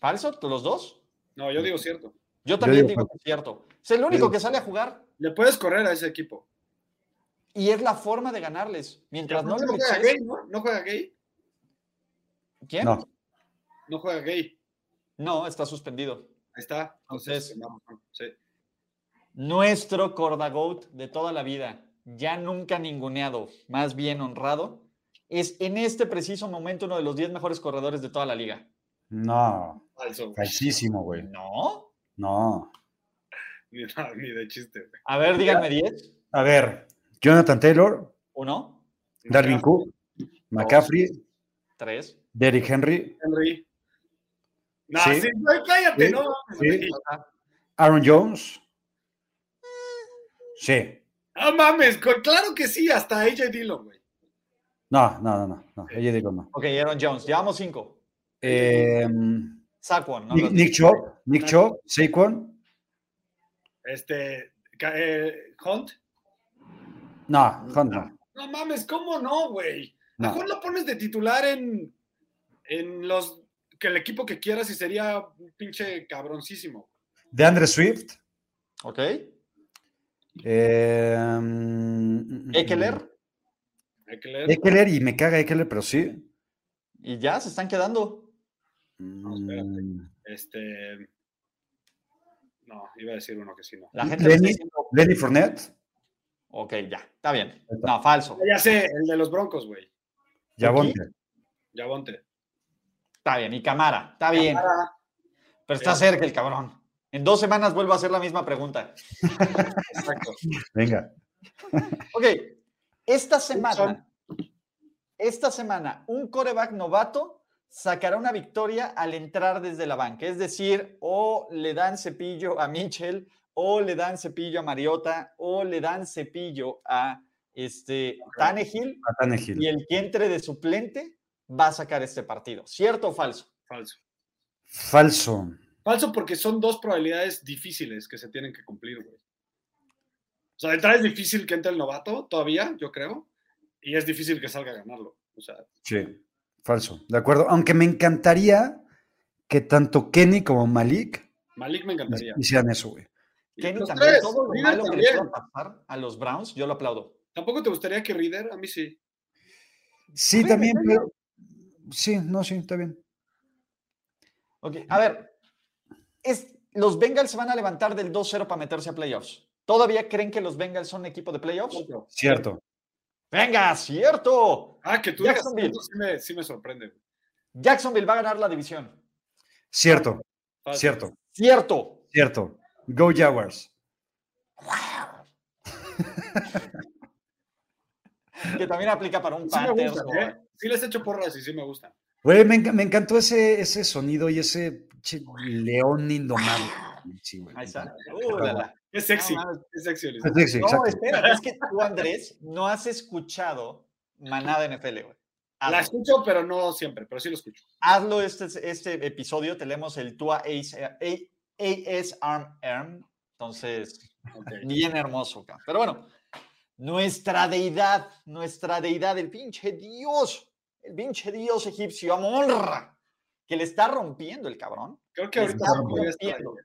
S6: ¿Falso? ¿Los dos?
S7: No, yo digo cierto.
S6: Yo también
S9: digo
S6: digo que es cierto. Es el único
S9: digo
S6: que sale a jugar
S7: Le puedes correr a ese equipo.
S6: y es la forma de ganarles. Mientras no
S7: no,
S6: le
S7: juega
S6: piches-
S7: gay, ¿no? No juega gay.
S6: ¿Quién?
S9: No.
S6: No.
S7: No juega gay.
S6: está suspendido.
S7: Ahí está. Entonces,
S6: Entonces-
S7: vamos, vamos, sí.
S6: Nuestro Corda Goat de toda la vida, ya nunca ninguneado, más bien honrado, es en este preciso momento uno de los 10 mejores corredores de toda la liga.
S9: No,
S7: Falso.
S9: falsísimo, güey.
S6: ¿No?
S9: No.
S7: Ni, no, ni de chiste, güey.
S6: A ver, díganme 10.
S9: A ver, Jonathan Taylor,
S6: Uno, ah,
S9: Darwin Cook, McCaffrey,
S6: tres.
S9: Derrick Henry,
S7: Henry. No,
S9: Sí.
S7: sí, güey, cállate,
S9: Sí.
S7: no. mames,
S9: Sí.
S7: güey.
S9: Aaron Jones. Sí.
S7: No mames, co- claro que sí, hasta AJ Dillon, güey.
S9: No, no, no, no. no. Oye, digo no.
S6: Ok, Aaron Jones. Llevamos cinco.
S9: Eh,
S6: Saquon. ¿no?
S9: Nick, Nick Chubb, Nick Chubb, Saquon.
S7: Este, ca- eh, Hunt.
S9: No, Hunt no.
S7: No mames, ¿cómo no, güey?
S9: No.
S7: Mejor lo pones de titular en, en los que el equipo que quieras y sería un pinche cabroncísimo.
S9: De Andre Swift.
S6: Ok.
S9: eh, mm,
S6: Ekeler.
S7: Hay que leer.
S9: Ekeler, y me caga Ekeler, pero sí.
S6: Y ya se están quedando.
S7: espérate.
S9: Mm,
S7: Este. No, iba a decir uno que sí, no.
S6: La gente lo está
S9: Lenny.
S6: diciendo.
S9: Lenny Fournette,
S6: Ok, ya. Está bien. No, falso.
S7: Ya sé, el de los Broncos, güey.
S9: Javonte.
S7: Yavonte.
S6: Está bien. Y Camara. Está bien.
S7: Camara.
S6: Pero está cerca el cabrón. En dos semanas vuelvo a hacer la misma pregunta.
S7: Exacto.
S9: Venga.
S6: Ok. Esta semana, esta semana, un coreback novato sacará una victoria al entrar desde la banca. Es decir, o le dan cepillo a Mitchell, o le dan cepillo a Mariota, o le dan cepillo a este Tannehill,
S9: a Tannehill.
S6: y el que entre de suplente va a sacar este partido. ¿Cierto o falso?
S7: Falso.
S9: Falso.
S7: Falso porque son dos probabilidades difíciles que se tienen que cumplir, güey. O sea, de entrada es difícil que entre el novato todavía, yo creo, y es difícil que salga a ganarlo. O sea,
S9: Sí. Falso. De acuerdo. Aunque me encantaría que tanto Kenny como Malik
S7: Malik me encantaría.
S9: hicieran eso, güey.
S6: Kenny
S7: Los
S6: también,
S7: tres,
S6: todo lo
S7: Reader
S6: malo que le
S7: también.
S6: pueda pasar a los Browns, yo lo aplaudo.
S7: ¿Tampoco te gustaría que Reader? A mí sí.
S9: Sí, también, pero. Sí, no, sí, está bien.
S6: Ok, a ver, es, los Bengals se van a levantar del 2-0 para meterse a playoffs. ¿Todavía creen que los Bengals son equipo de playoffs?
S9: Cierto.
S6: Venga, cierto.
S7: Ah, que tú digas
S6: Jacksonville.
S7: eso sí me, sí me sorprende. güey.
S6: Jacksonville va a ganar la división.
S9: Cierto.
S7: Falso.
S9: Cierto.
S6: Cierto.
S9: Cierto. Go Jaguars.
S6: Que también aplica para un
S7: Sí me
S6: Panthers.
S7: gustan,
S6: o-
S7: ¿eh? Sí les echo porras y sí me gustan.
S9: Güey, me, enca- me encantó ese, ese sonido y ese che, león indomable. Sí, güey.
S6: Ahí está. Uh, la, la.
S7: Es sexy.
S6: No, mames.
S7: es sexy, Ulises.
S9: Sí, sí,
S6: No,
S9: exacto.
S6: espera, es que tú, Andrés, no has escuchado Manada NFL, güey. Hazlo,
S7: La escucho, pero no siempre, pero sí lo escucho.
S6: hazlo este, este episodio, tenemos el Tua Ace, eh, A- ASRM, entonces...
S7: Ok.
S6: Bien hermoso, cabrón. Pero bueno, nuestra deidad, nuestra deidad, el pinche Dios, el pinche Dios egipcio, Amonra, que le está rompiendo el cabrón.
S7: Creo que
S6: Le
S7: ahorita
S6: está
S7: no voy a estar
S6: rompiendo.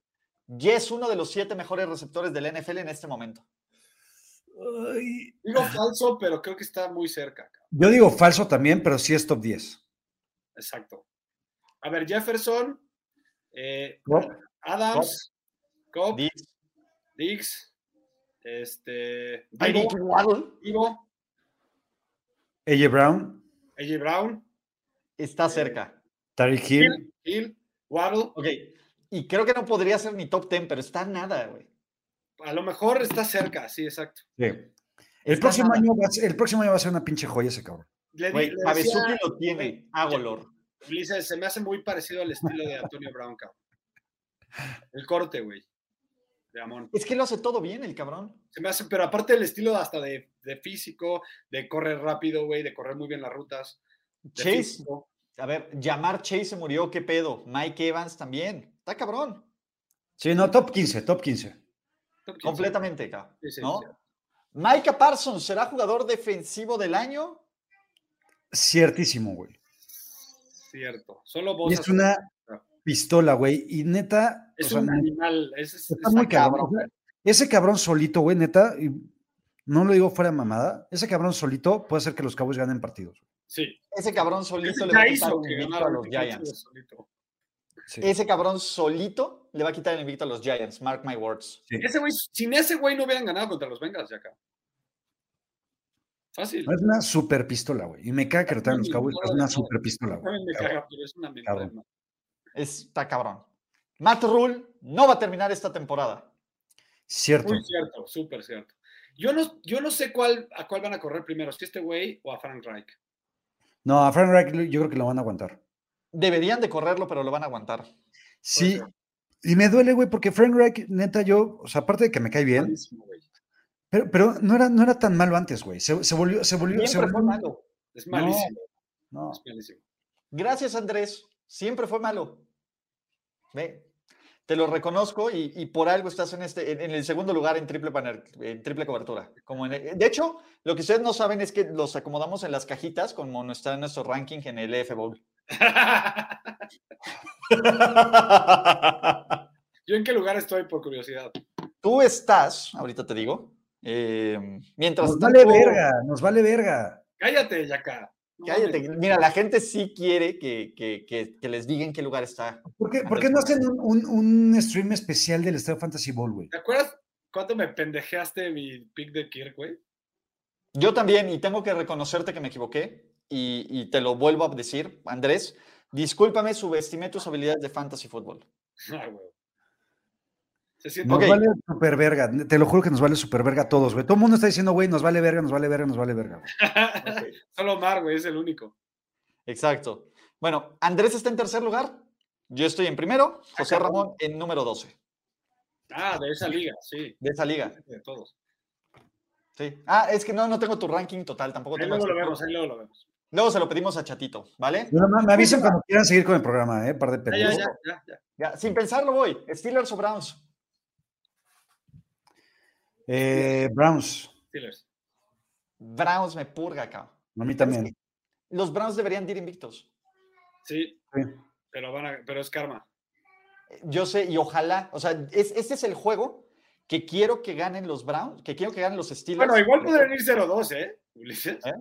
S6: Y es uno de los siete mejores receptores del NFL en este momento.
S7: ahí. Digo falso, pero creo que está muy cerca. cabrón.
S9: Yo digo falso también, pero sí es top 10.
S7: Exacto. A ver, Jefferson, eh,
S9: Cobb.
S7: Adams, Cobb,
S6: Diz-
S7: Diggs, este,
S6: Ay,
S7: Divo,
S6: Dick Waddle
S7: Divo,
S9: AJ Brown,
S7: AJ Brown,
S6: está cerca.
S9: Tariq Hill.
S7: Hill, Waddle.
S6: Ok. Y creo que no podría ser ni top 10, pero está nada, güey.
S7: A lo mejor está cerca, sí, exacto.
S9: Sí. El,
S6: Está
S9: próximo
S6: nada.
S9: año va a ser, el próximo año va a ser una pinche joya ese cabrón.
S7: Le, di-
S6: Güey,
S7: le decía,
S6: Pavesuki lo tiene, Agolor.
S7: Ulises, se me hace muy parecido al estilo de Antonio Brown, cabrón. El corte, güey. De Amon.
S6: Es que lo hace todo bien el cabrón.
S7: Se me hace, pero aparte el estilo hasta de, de físico, de correr rápido, güey, de correr muy bien las rutas. de
S6: Chase,
S7: físico.
S6: A ver, Jamar Chase se murió, ¿qué pedo? Mike Evans también. Está cabrón.
S9: Sí, no, top 15, top 15.
S7: Top 15.
S6: Completamente, cabrón.
S7: Sí, sí,
S6: ¿no?
S7: sí.
S6: Micah Parsons será jugador defensivo del año.
S9: Ciertísimo, güey.
S7: Cierto. Solo vos.
S9: Y es una pistola, güey. Y neta,
S7: Es
S9: o sea,
S7: un
S9: me-
S7: animal. Es, es-
S9: Está
S7: es-
S9: muy
S6: cabrón,
S9: cabrón. o sea, Ese cabrón solito, güey, neta, y no lo digo fuera de mamada, ese cabrón solito puede hacer que los Cowboys ganen partidos.
S7: sí.
S6: Ese cabrón solito le va a
S7: Ya hizo
S6: quitar el
S7: que
S6: invicto a
S7: ganaran
S6: los Giants.
S7: solito.
S9: Sí.
S6: Ese cabrón solito le va a quitar el invicto a los Giants. Mark my words.
S7: Ese güey, sin ese güey no hubieran ganado contra los Bengals de acá. Fácil.
S9: Es una super pistola, güey. Y me caga que lo traigan los Cowboys, pero es una super pistola,
S7: A mí
S9: güey.
S7: me caga, pero es una mentada de
S9: Cabrón.
S7: madre.
S6: Está cabrón. Matt Rule no va a terminar esta temporada.
S9: Cierto.
S7: Muy cierto, súper cierto. Yo no, yo no sé cuál, a cuál van a correr primero, si este güey o a Frank Reich.
S9: No, a Frank Reich yo creo que lo van a aguantar.
S6: Deberían de correrlo, pero lo van a aguantar.
S9: Sí. Y me duele, güey, porque Frank Reich, neta, yo, o sea, aparte de que me cae bien,
S7: Malísimo, güey.
S9: pero, pero no, era, no era tan malo antes, güey. Se, se volvió, se volvió, se
S6: Siempre fue
S9: volvió-
S6: malo.
S7: Es malísimo.
S9: No,
S7: es malísimo.
S6: Gracias, Andrés. Siempre fue malo. Ve, te lo reconozco y, y por algo estás en, este, en, en el segundo lugar en triple, paner- en triple cobertura. Como en el- de hecho, lo que ustedes no saben es que los acomodamos en las cajitas como no está en nuestro ranking en el EF Bowl.
S7: ¿Yo en qué lugar estoy por curiosidad?
S6: Tú estás, ahorita te digo, eh, mientras
S9: nos Pues vale
S6: tanto-
S9: verga, nos vale verga.
S7: Cállate, Yaka. No
S6: Cállate,
S7: mames.
S6: mira, la gente sí quiere que, que- que- que les diga en qué lugar está.
S9: ¿Por qué, por qué no hacen un, un- un stream especial del Estadio Fantasy Bowl, güey?
S7: ¿Te acuerdas cuánto me pendejeaste mi pick de Kirk, güey?
S6: Yo también, y tengo que reconocerte que me equivoqué, y, y te lo vuelvo a decir, Andrés, discúlpame, subestimé tus habilidades de fantasy fútbol.
S7: Ah, güey. Se siente
S9: Nos
S6: Ok.
S9: vale super verga, te lo juro que nos vale super verga a todos, güey. Todo el mundo está diciendo, güey, nos vale verga, nos vale verga, nos vale verga. güey.
S7: Solo Omar, güey, es el único.
S6: Exacto. Bueno, Andrés está en tercer lugar, yo estoy en primero, José
S7: cabrón.
S6: Ramón en número 12
S7: Ah, de esa liga, sí.
S6: de esa liga.
S7: De todos.
S6: Sí. Ah, es que no, no tengo tu ranking total, tampoco
S7: Ahí
S6: tengo.
S7: luego lo
S6: este-
S7: vemos, ahí luego lo vemos.
S6: Luego se lo pedimos a Chatito, ¿vale?
S9: Nada más Me avisan cuando quieran seguir con el programa, ¿eh? Par de
S7: Ya, ya,
S9: pendejos.
S7: ya, ya, ya.
S6: Ya, sin pensarlo voy, Steelers o Browns.
S9: Eh, Browns,
S7: Steelers.
S6: Browns me purga, cabrón.
S9: a mí también.
S6: Los Browns deberían de ir invictos.
S7: Sí.
S9: Sí.
S7: Pero, van a, pero es karma.
S6: Yo sé, y ojalá, o sea, es, este es el juego que quiero que ganen los Browns, que quiero que ganen los Steelers.
S7: Bueno, igual podrían ir 0-2, ¿eh? Ulises.
S6: ¿Eh?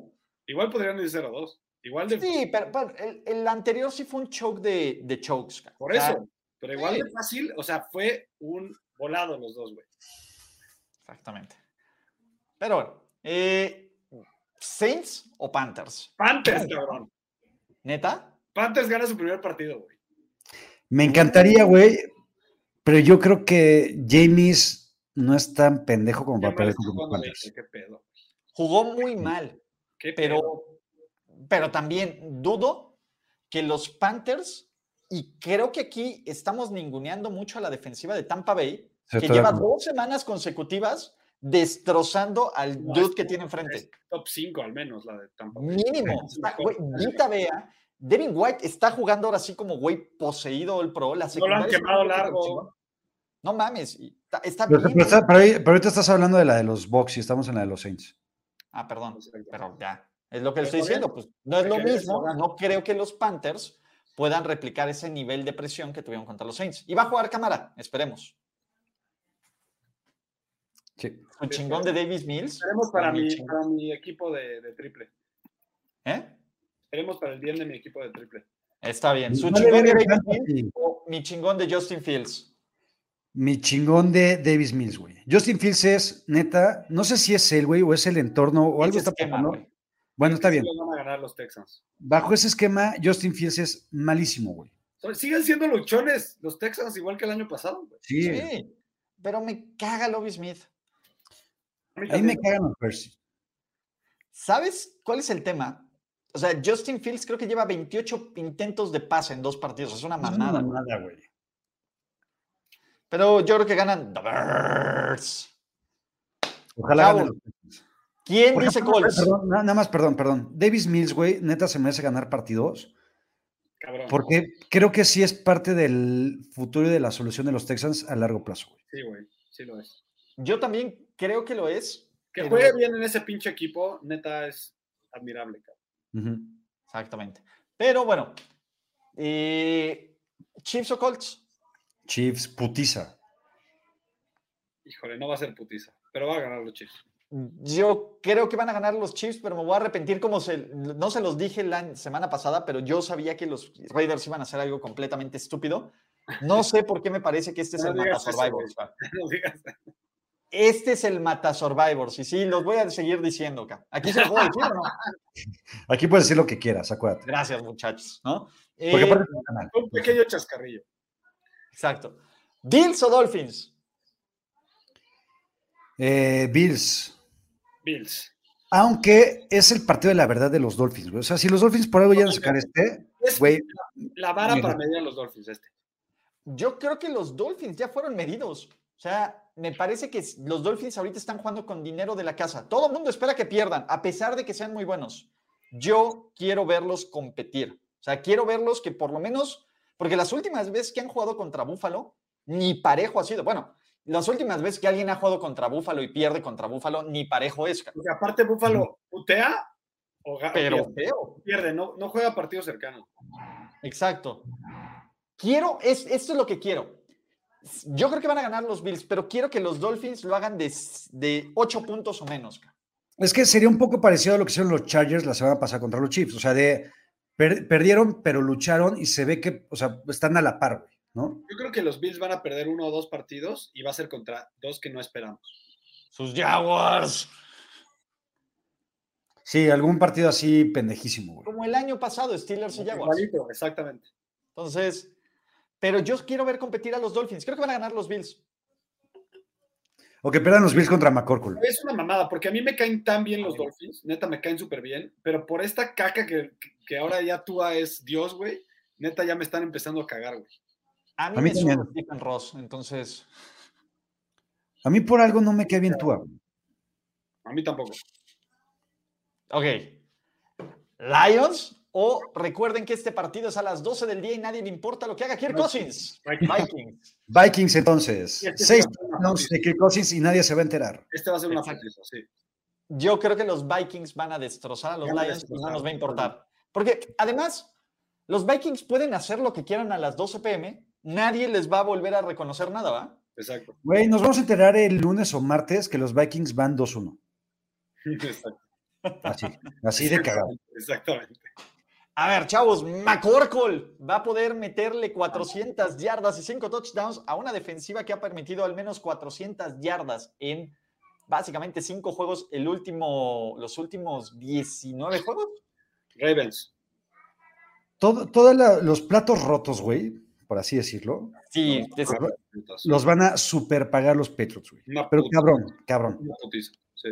S7: Igual podrían ir 0-2. Igual de.
S6: Sí, pero, pero el, el anterior sí fue un choke de, de chokes. cabrón.
S7: por
S6: O sea,
S7: eso. Pero igual
S6: sí.
S7: de fácil. O sea, fue un volado los dos, güey.
S6: Exactamente. Pero bueno, eh, ¿Saints o Panthers?
S7: Panthers, cabrón.
S6: ¿Neta?
S7: Panthers gana su primer partido, güey.
S9: Me encantaría, güey, pero yo creo que James no es tan pendejo como
S7: Qué
S9: para
S7: mal
S9: perder
S7: está
S9: con
S7: jugando
S9: Panthers.
S7: Lakers, Qué pedo.
S6: Jugó muy mal,
S7: Qué pedo.
S6: pero, pero también dudo que los Panthers, y creo que aquí estamos ninguneando mucho a la defensiva de Tampa Bay,
S9: Sí,
S6: que
S9: estoy de
S6: lleva
S9: acuerdo.
S6: dos semanas consecutivas destrozando al
S7: No,
S6: dude
S7: es-
S6: que tiene
S7: es
S6: enfrente.
S7: top 5 al menos la de Tampa. Bay.
S6: Mínimo.
S7: es
S6: Está-
S7: mejor.
S6: güey, Vita Vea, Devin White está jugando ahora sí como güey poseído el pro. La
S7: No lo han
S6: secundaria está
S7: quemado
S6: jugando como
S7: largo.
S6: chingón. No mames. y Está, está
S9: Pero,
S6: bien,
S9: pero está-
S6: güey.
S9: pero ahí- pero ahorita estás hablando de la de los Bucks y estamos en la de los Saints.
S6: Ah, perdón.
S7: Exacto.
S6: Pero ya. Es lo que le
S7: Pero
S6: estoy diciendo. Pues no es
S7: hay
S6: lo
S7: que ver
S6: mismo.
S7: eso,
S6: No creo que los Panthers puedan replicar ese nivel de presión que tuvieron contra los Saints. Y va a jugar cámara, esperemos.
S9: Sí.
S6: Con chingón de Davis Mills.
S7: Esperemos para
S6: Con el
S7: mi,
S6: chingón-
S7: para mi equipo de, de triple.
S6: ¿Eh?
S7: Esperemos para el bien de mi equipo de triple.
S6: Está bien. Su
S9: Vale,
S6: chingón de
S9: verga,
S6: Davis
S9: Kansas
S6: Mills
S9: City.
S6: o mi chingón de Justin Fields.
S9: Mi chingón de Davis Mills, güey. Justin Fields es, neta, no sé si es él, güey, o es el entorno, o
S6: Ese
S9: algo está
S6: esquema,
S9: pasando.
S6: güey.
S9: Bueno, está bien.
S7: Sí Lo van a ganar los Texans.
S9: Bajo ese esquema, Justin Fields es malísimo, güey.
S7: So- Siguen siendo luchones los Texans igual que el año pasado. güey.
S9: Sí.
S6: Sí, pero me caga Lobby Smith.
S7: A mí
S9: Ahí me
S7: también.
S9: cagan los Percy.
S6: ¿Sabes cuál es el tema? O sea, Justin Fields creo que lleva 28 intentos de pase en dos partidos. Es una mamada. güey.
S9: Nada, güey.
S6: Pero yo creo que ganan The Birds.
S9: Ojalá
S6: Cabo.
S9: ganen los
S6: ¿Quién
S9: Por
S6: dice
S9: ejemplo,
S6: Colts?
S9: perdón, na- nada más, perdón, perdón. Davis Mills, güey, neta se merece ganar partidos
S7: Cabrón.
S9: porque creo que sí es parte del futuro y de la solución de los Texans a largo plazo, güey.
S7: Sí, güey. Sí lo es.
S6: Yo también creo que lo es. Eh,
S7: Que
S6: pero-
S7: juegue bien en ese pinche equipo, neta, es admirable. cabrón.
S9: Ujú.
S6: Exactamente. Pero bueno, eh, Chiefs o Colts.
S9: Chiefs, putiza.
S7: Híjole, no va a ser putiza, pero va a ganar los Chiefs.
S6: Yo creo que van a ganar los Chiefs, pero me voy a arrepentir como se, no se los dije la semana pasada, pero yo sabía que los Raiders iban a hacer algo completamente estúpido. No sé por qué me parece que este es
S7: No
S6: el Mata
S7: digas eso,
S6: Survivor.
S7: güey. No digas.
S6: Este es el Mata Survivor. Sí, sí, los voy a seguir diciendo acá. Aquí se los voy a decir, ¿o no?
S9: Aquí puedes decir lo que quieras, acuérdate.
S6: Gracias, muchachos, ¿no?
S9: Porque
S6: Eh,
S9: aparte es un canal.
S7: Un pequeño chascarrillo.
S6: Exacto. ¿Bills o Dolphins?
S9: Eh, Bills.
S7: Bills.
S9: Aunque es el partido de la verdad de los Dolphins, güey. O sea, si los Dolphins por algo llegan a sacar este,
S7: Es
S9: güey,
S7: la vara
S9: Mira.
S7: para medir a los Dolphins este.
S6: Yo creo que los Dolphins ya fueron medidos. O sea, me parece que s- los Dolphins ahorita están jugando con dinero de la casa. Todo el mundo espera que pierdan, a pesar de que sean muy buenos. Yo quiero verlos competir. O sea, quiero verlos que por lo menos, porque las últimas veces que han jugado contra Búfalo, ni parejo ha sido. Bueno, las últimas veces que alguien ha jugado contra Búfalo y pierde contra Búfalo, ni parejo es. ca-
S7: Porque aparte Buffalo putea o ga-
S6: Pero
S7: pierde,
S6: feo.
S7: pierde, no, no juega partidos cercanos.
S6: Exacto. Quiero, es, esto es lo que quiero. S- Yo creo que van a ganar los Bills, pero quiero que los Dolphins lo hagan de, s- de 8 puntos o menos. ca.
S9: es que sería un poco parecido a lo que hicieron los Chargers la semana pasada contra los Chiefs. O sea, de per- perdieron, pero lucharon y se ve que, o sea, están a la par, güey, ¿no?
S7: Yo creo que los Bills van a perder uno o dos partidos y va a ser contra dos que no esperamos.
S6: Sus Jaguars.
S9: Sí, algún partido así pendejísimo, güey.
S6: Como el año pasado, Steelers y Jaguars.
S7: Igualito, exactamente.
S6: Entonces, pero yo quiero ver competir a los Dolphins. Creo que van a ganar los Bills.
S9: O que pierdan los Bills contra McCorkle.
S7: Es una mamada, porque a mí me caen tan bien los Dolphins, neta me caen súper bien, pero por esta caca que, que ahora ya Tua es Dios, güey, neta ya me están empezando a cagar, güey.
S6: A mí,
S9: A mí
S6: me suena
S9: también.
S6: Stephen Ross, entonces.
S9: A mí por algo no me cae bien Tua. güey.
S7: A mí tampoco.
S6: Ok. Lions, o recuerden que este partido es a las 12 del día y nadie le importa lo que haga Kirk Cousins. Vikings.
S9: Vikings entonces.
S7: Sí, este
S9: Seis
S7: sí va a ser una
S9: touchdowns de Kirk Cousins y nadie se va a enterar.
S7: Este va a ser una
S6: Exacto.
S7: putiza, sí.
S6: Yo creo que los Vikings van a destrozar a los
S7: Van a
S6: Lions y no
S7: destrozar,
S6: nos va a
S7: sí.
S6: importar. Porque además, los Vikings pueden hacer lo que quieran a las 12 pm, nadie les va a volver a reconocer nada, ¿va?
S7: Exacto.
S9: Güey, nos vamos a enterar el lunes o martes que los Vikings van 2-1.
S7: Exacto.
S9: Así, así de cagado.
S7: Exactamente.
S6: A ver, chavos, McCorkle va a poder meterle 400 yardas y 5 touchdowns a una defensiva que ha permitido al menos 400 yardas en básicamente 5 juegos, el último, los últimos 19 juegos.
S7: Ravens.
S9: Todo, todos los platos rotos, güey, por así decirlo,
S6: Sí, es-
S7: Putas.
S9: los van a superpagar los Patriots, güey.
S7: Una
S9: Pero
S7: putiza,
S9: cabrón, cabrón.
S7: Una putiza, sí.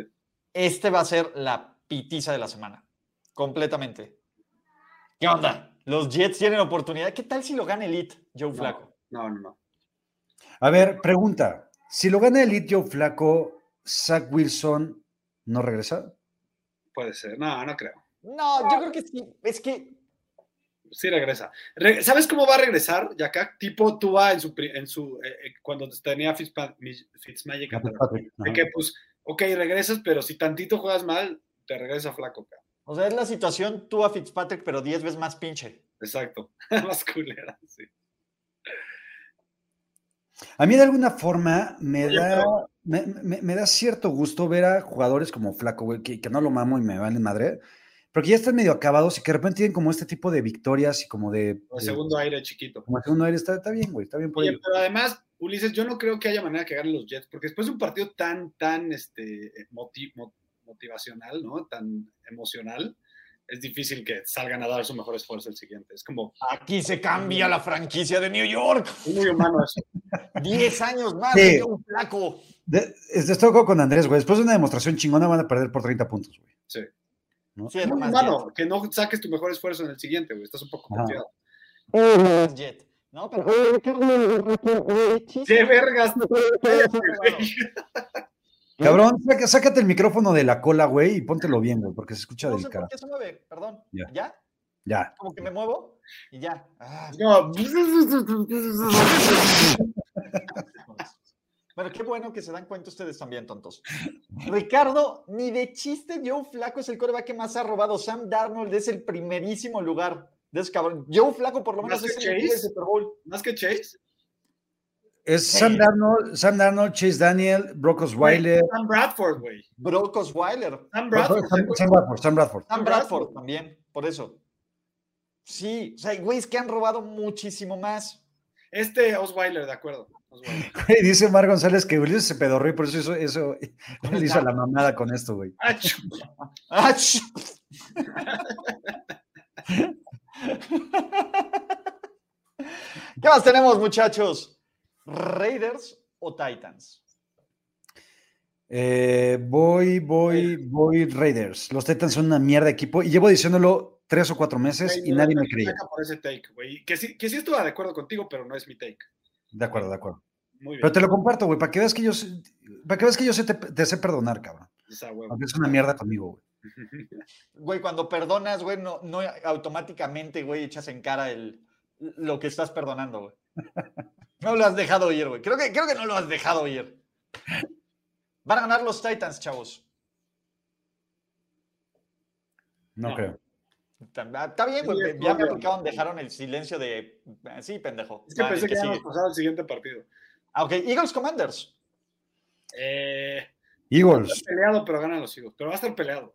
S6: este va a ser la pitiza de la semana. Completamente. ¿Qué onda? Los Jets tienen oportunidad. ¿Qué tal si lo gana Elite, Joe Flaco?
S7: No, no, no.
S9: A ver, pregunta. Si lo gana el Itio Flaco, Zach Wilson no regresa.
S7: Puede ser. No, no creo.
S6: No, yo creo que sí. Es que
S7: Sí regresa. Re- ¿Sabes cómo va a regresar, Yaka? Tipo Tua en su, pri- en su eh, eh, cuando tenía Fitzpa- Mi- Fitzmagic. atrás.
S9: Patrick,
S7: De
S9: ajá.
S7: que, pues, ok, regresas, pero si tantito juegas mal, te regresa flaco, cabrón.
S6: O sea, es la situación tú a Fitzpatrick, pero 10 veces más pinche.
S7: Exacto. Más culera, sí.
S9: A mí de alguna forma me
S7: Oye,
S9: da, me, me- me da cierto gusto ver a jugadores como Flaco, güey, que, que no lo mamo y me valen madre, pero que ya están medio acabados y que de repente tienen como este tipo de victorias y como de...
S7: O
S9: de-
S7: segundo aire chiquito.
S9: Como el segundo aire, está, está bien, güey, está bien por
S7: Oye,
S9: ellos.
S7: pero además, Ulises, yo no creo que haya manera que ganen los Jets, porque después de un partido tan, tan este, eh, moti- mo- motivacional, ¿no? Tan emocional, es difícil que salgan a dar su mejor esfuerzo el siguiente. Es como
S6: Aquí se cambia la franquicia de New York.
S7: muy humano eso.
S6: 10 años más
S9: Sí.
S6: de Joe Flaco.
S9: De- es- estoy de acuerdo con Andrés, güey. Después de una demostración chingona van a perder por 30 puntos, güey.
S7: Sí.
S9: ¿No?
S6: Sí, es lo
S7: Muy
S6: más Jets.
S7: humano, que no saques tu mejor esfuerzo en el siguiente, güey. Estás un poco
S9: Ajá.
S7: confiado.
S6: Más Jet. No, pero.
S7: ¡Qué vergas! Cállate, güey.
S9: Cabrón, saca- sácate el micrófono de la cola, güey, y póntelo bien, güey, porque se escucha
S6: No
S9: del
S6: sé por
S9: cara.
S6: qué se mueve, perdón.
S9: Ya.
S6: ¿Ya?
S9: Ya.
S6: Como que me muevo y ya. Ah,
S7: No,
S6: Pero qué bueno que se dan cuenta ustedes también, tontos. Ricardo, ni de chiste, Joe Flaco es el coreback que más ha robado. Sam Darnold es el primerísimo lugar de ese cabrón. Joe Flaco, por lo menos,
S7: ¿Más
S6: es
S7: que
S6: el MVP del
S7: Chase?
S6: Super Bowl.
S7: más que Chase,
S9: Es Sam Darnold, Sam Darnold, Chase Daniel, Brock Osweiler,
S7: Sam Bradford, güey.
S6: Brock Osweiler,
S7: Sam Bradford.
S9: Sam, Sam Bradford, Sam Bradford.
S6: Sam
S7: Sam
S6: Bradford también, por eso. Sí, o sea, güey, es que han robado muchísimo más.
S7: Este Osweiler, de acuerdo. Osweiler.
S9: Güey, dice Mar González que Ulises se pedorrió y por eso hizo, eso, le hizo a la mamada con esto, güey.
S7: Ah, chu-
S6: Ah, ch- ¿Qué más tenemos, muchachos? ¿Raiders o Titans?
S9: Eh, voy, voy, voy Raiders. Los Titans son una mierda de equipo y llevo diciéndolo tres o cuatro meses y
S7: Güey,
S9: nadie
S7: no
S9: me creía.
S7: ataca por ese take, güey. Que sí, que sí estuve de acuerdo contigo, pero no es mi take.
S9: De acuerdo, de acuerdo.
S7: Muy bien.
S9: Pero te lo comparto, güey, para que veas que yo, sé- para que veas que yo sé te, te sé perdonar, cabrón.
S7: Esa huevo.
S9: Aunque es una mierda conmigo, güey.
S6: Güey, cuando perdonas, güey, no, no automáticamente, güey, echas en cara el, lo que estás perdonando, güey. No lo has dejado oír, güey. Creo que, creo que no lo has dejado oír. Van a ganar los Titans, chavos.
S9: No,
S7: No.
S9: creo.
S6: Está está bien, güey.
S7: Sí,
S6: ya-
S7: es
S6: Ya me
S7: obvio.
S6: aplicaron, dejaron el silencio de. eh, Sí, pendejo.
S7: Es que
S6: Vale,
S7: pensé que
S6: que
S7: ya
S6: sigue.
S7: habíamos pasado al siguiente partido.
S6: Ah, ok. Eagles Commanders.
S7: Eh,
S9: Eagles.
S7: peleado, pero ganan los Eagles. Pero va a estar peleado.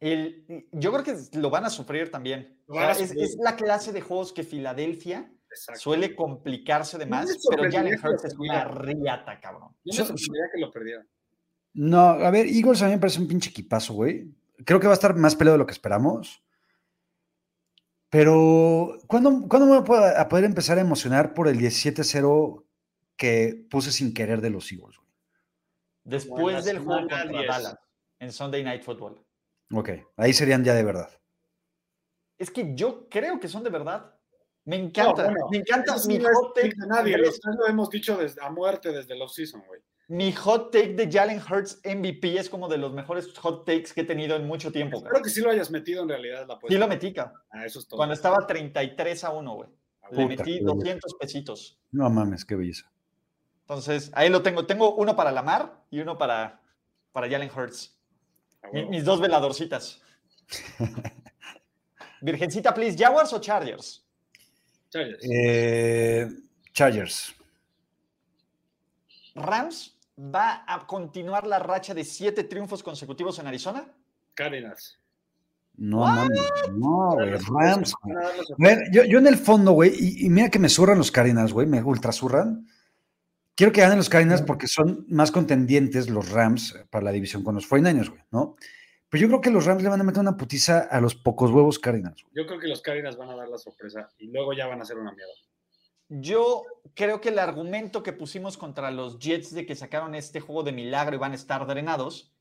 S6: El- yo creo que lo van a sufrir también.
S7: Lo
S6: O sea,
S7: van a
S6: es,
S7: sufrir.
S6: es la clase de juegos que Filadelfia
S7: Exacto.
S6: suele complicarse de
S7: No me
S6: más, pero
S7: sorprendería
S6: Jalen
S7: que lo
S6: Hurts es una riata, cabrón.
S7: Yo me
S9: Su-
S7: sorprendería que lo perdieran.
S9: No, a ver, Eagles a mí me parece un pinche equipazo, güey. Creo que va a estar más peleado de lo que esperamos. Pero, ¿cuándo, ¿cuándo me voy a po- a poder empezar a emocionar por el 17-0 que puse sin querer de los Eagles? güey?
S6: Después
S7: la
S6: del juego
S7: semana
S6: contra
S7: 10.
S6: Dallas en Sunday Night Football.
S9: Ok, ahí serían ya de verdad.
S6: Es que yo creo que son de verdad. Me encanta,
S7: bueno,
S6: me encanta
S7: Eso
S6: mi
S7: no es
S6: hot take.
S7: pick de nadie.
S6: número-
S7: Los tres lo hemos dicho desde- a muerte desde el off-season, güey.
S6: Mi hot take de Jalen Hurts MVP es como de los mejores hot takes que he tenido en mucho tiempo.
S7: Espero
S6: cabrón.
S7: que sí lo hayas metido en realidad la
S6: Sí
S7: apuesta.
S6: lo metí, cabrón.
S7: Ah, eso es todo.
S6: Cuando estaba 33 a 1, güey.
S7: Ah,
S6: Le
S7: güey.
S9: Puta,
S6: metí
S9: qué
S6: 200 pesitos.
S9: No mames, qué belleza.
S6: Entonces, ahí lo tengo. Tengo uno para Lamar y uno para, para Jalen Hurts.
S7: Ah,
S6: Mi-
S7: huevo.
S6: mis dos veladorcitas. Virgencita, please. ¿Jaguars o Chargers?
S7: Chargers.
S9: Eh, Chargers.
S6: ¿Rams va a continuar la racha de siete triunfos consecutivos en Arizona?
S7: Cardinals.
S9: No mames. No, güey. Rams. güey.
S7: Van a dar la
S6: Mm.
S9: A ver, yo, yo en el fondo, güey, y, y mira que me zurran los Cardinals, güey, me ultrasurran. Quiero que ganen los Cardinals porque son más contendientes los Rams eh, para la división con los 49ers, güey, ¿no? Pero yo creo que los Rams le van a meter una putiza a los pocos huevos Cardinals. güey.
S7: Yo creo que los Cardinals van a dar la sorpresa y luego ya van a hacer una mierda.
S6: Yo creo que el argumento que pusimos contra los Jets de que sacaron este juego de milagro y van a estar drenados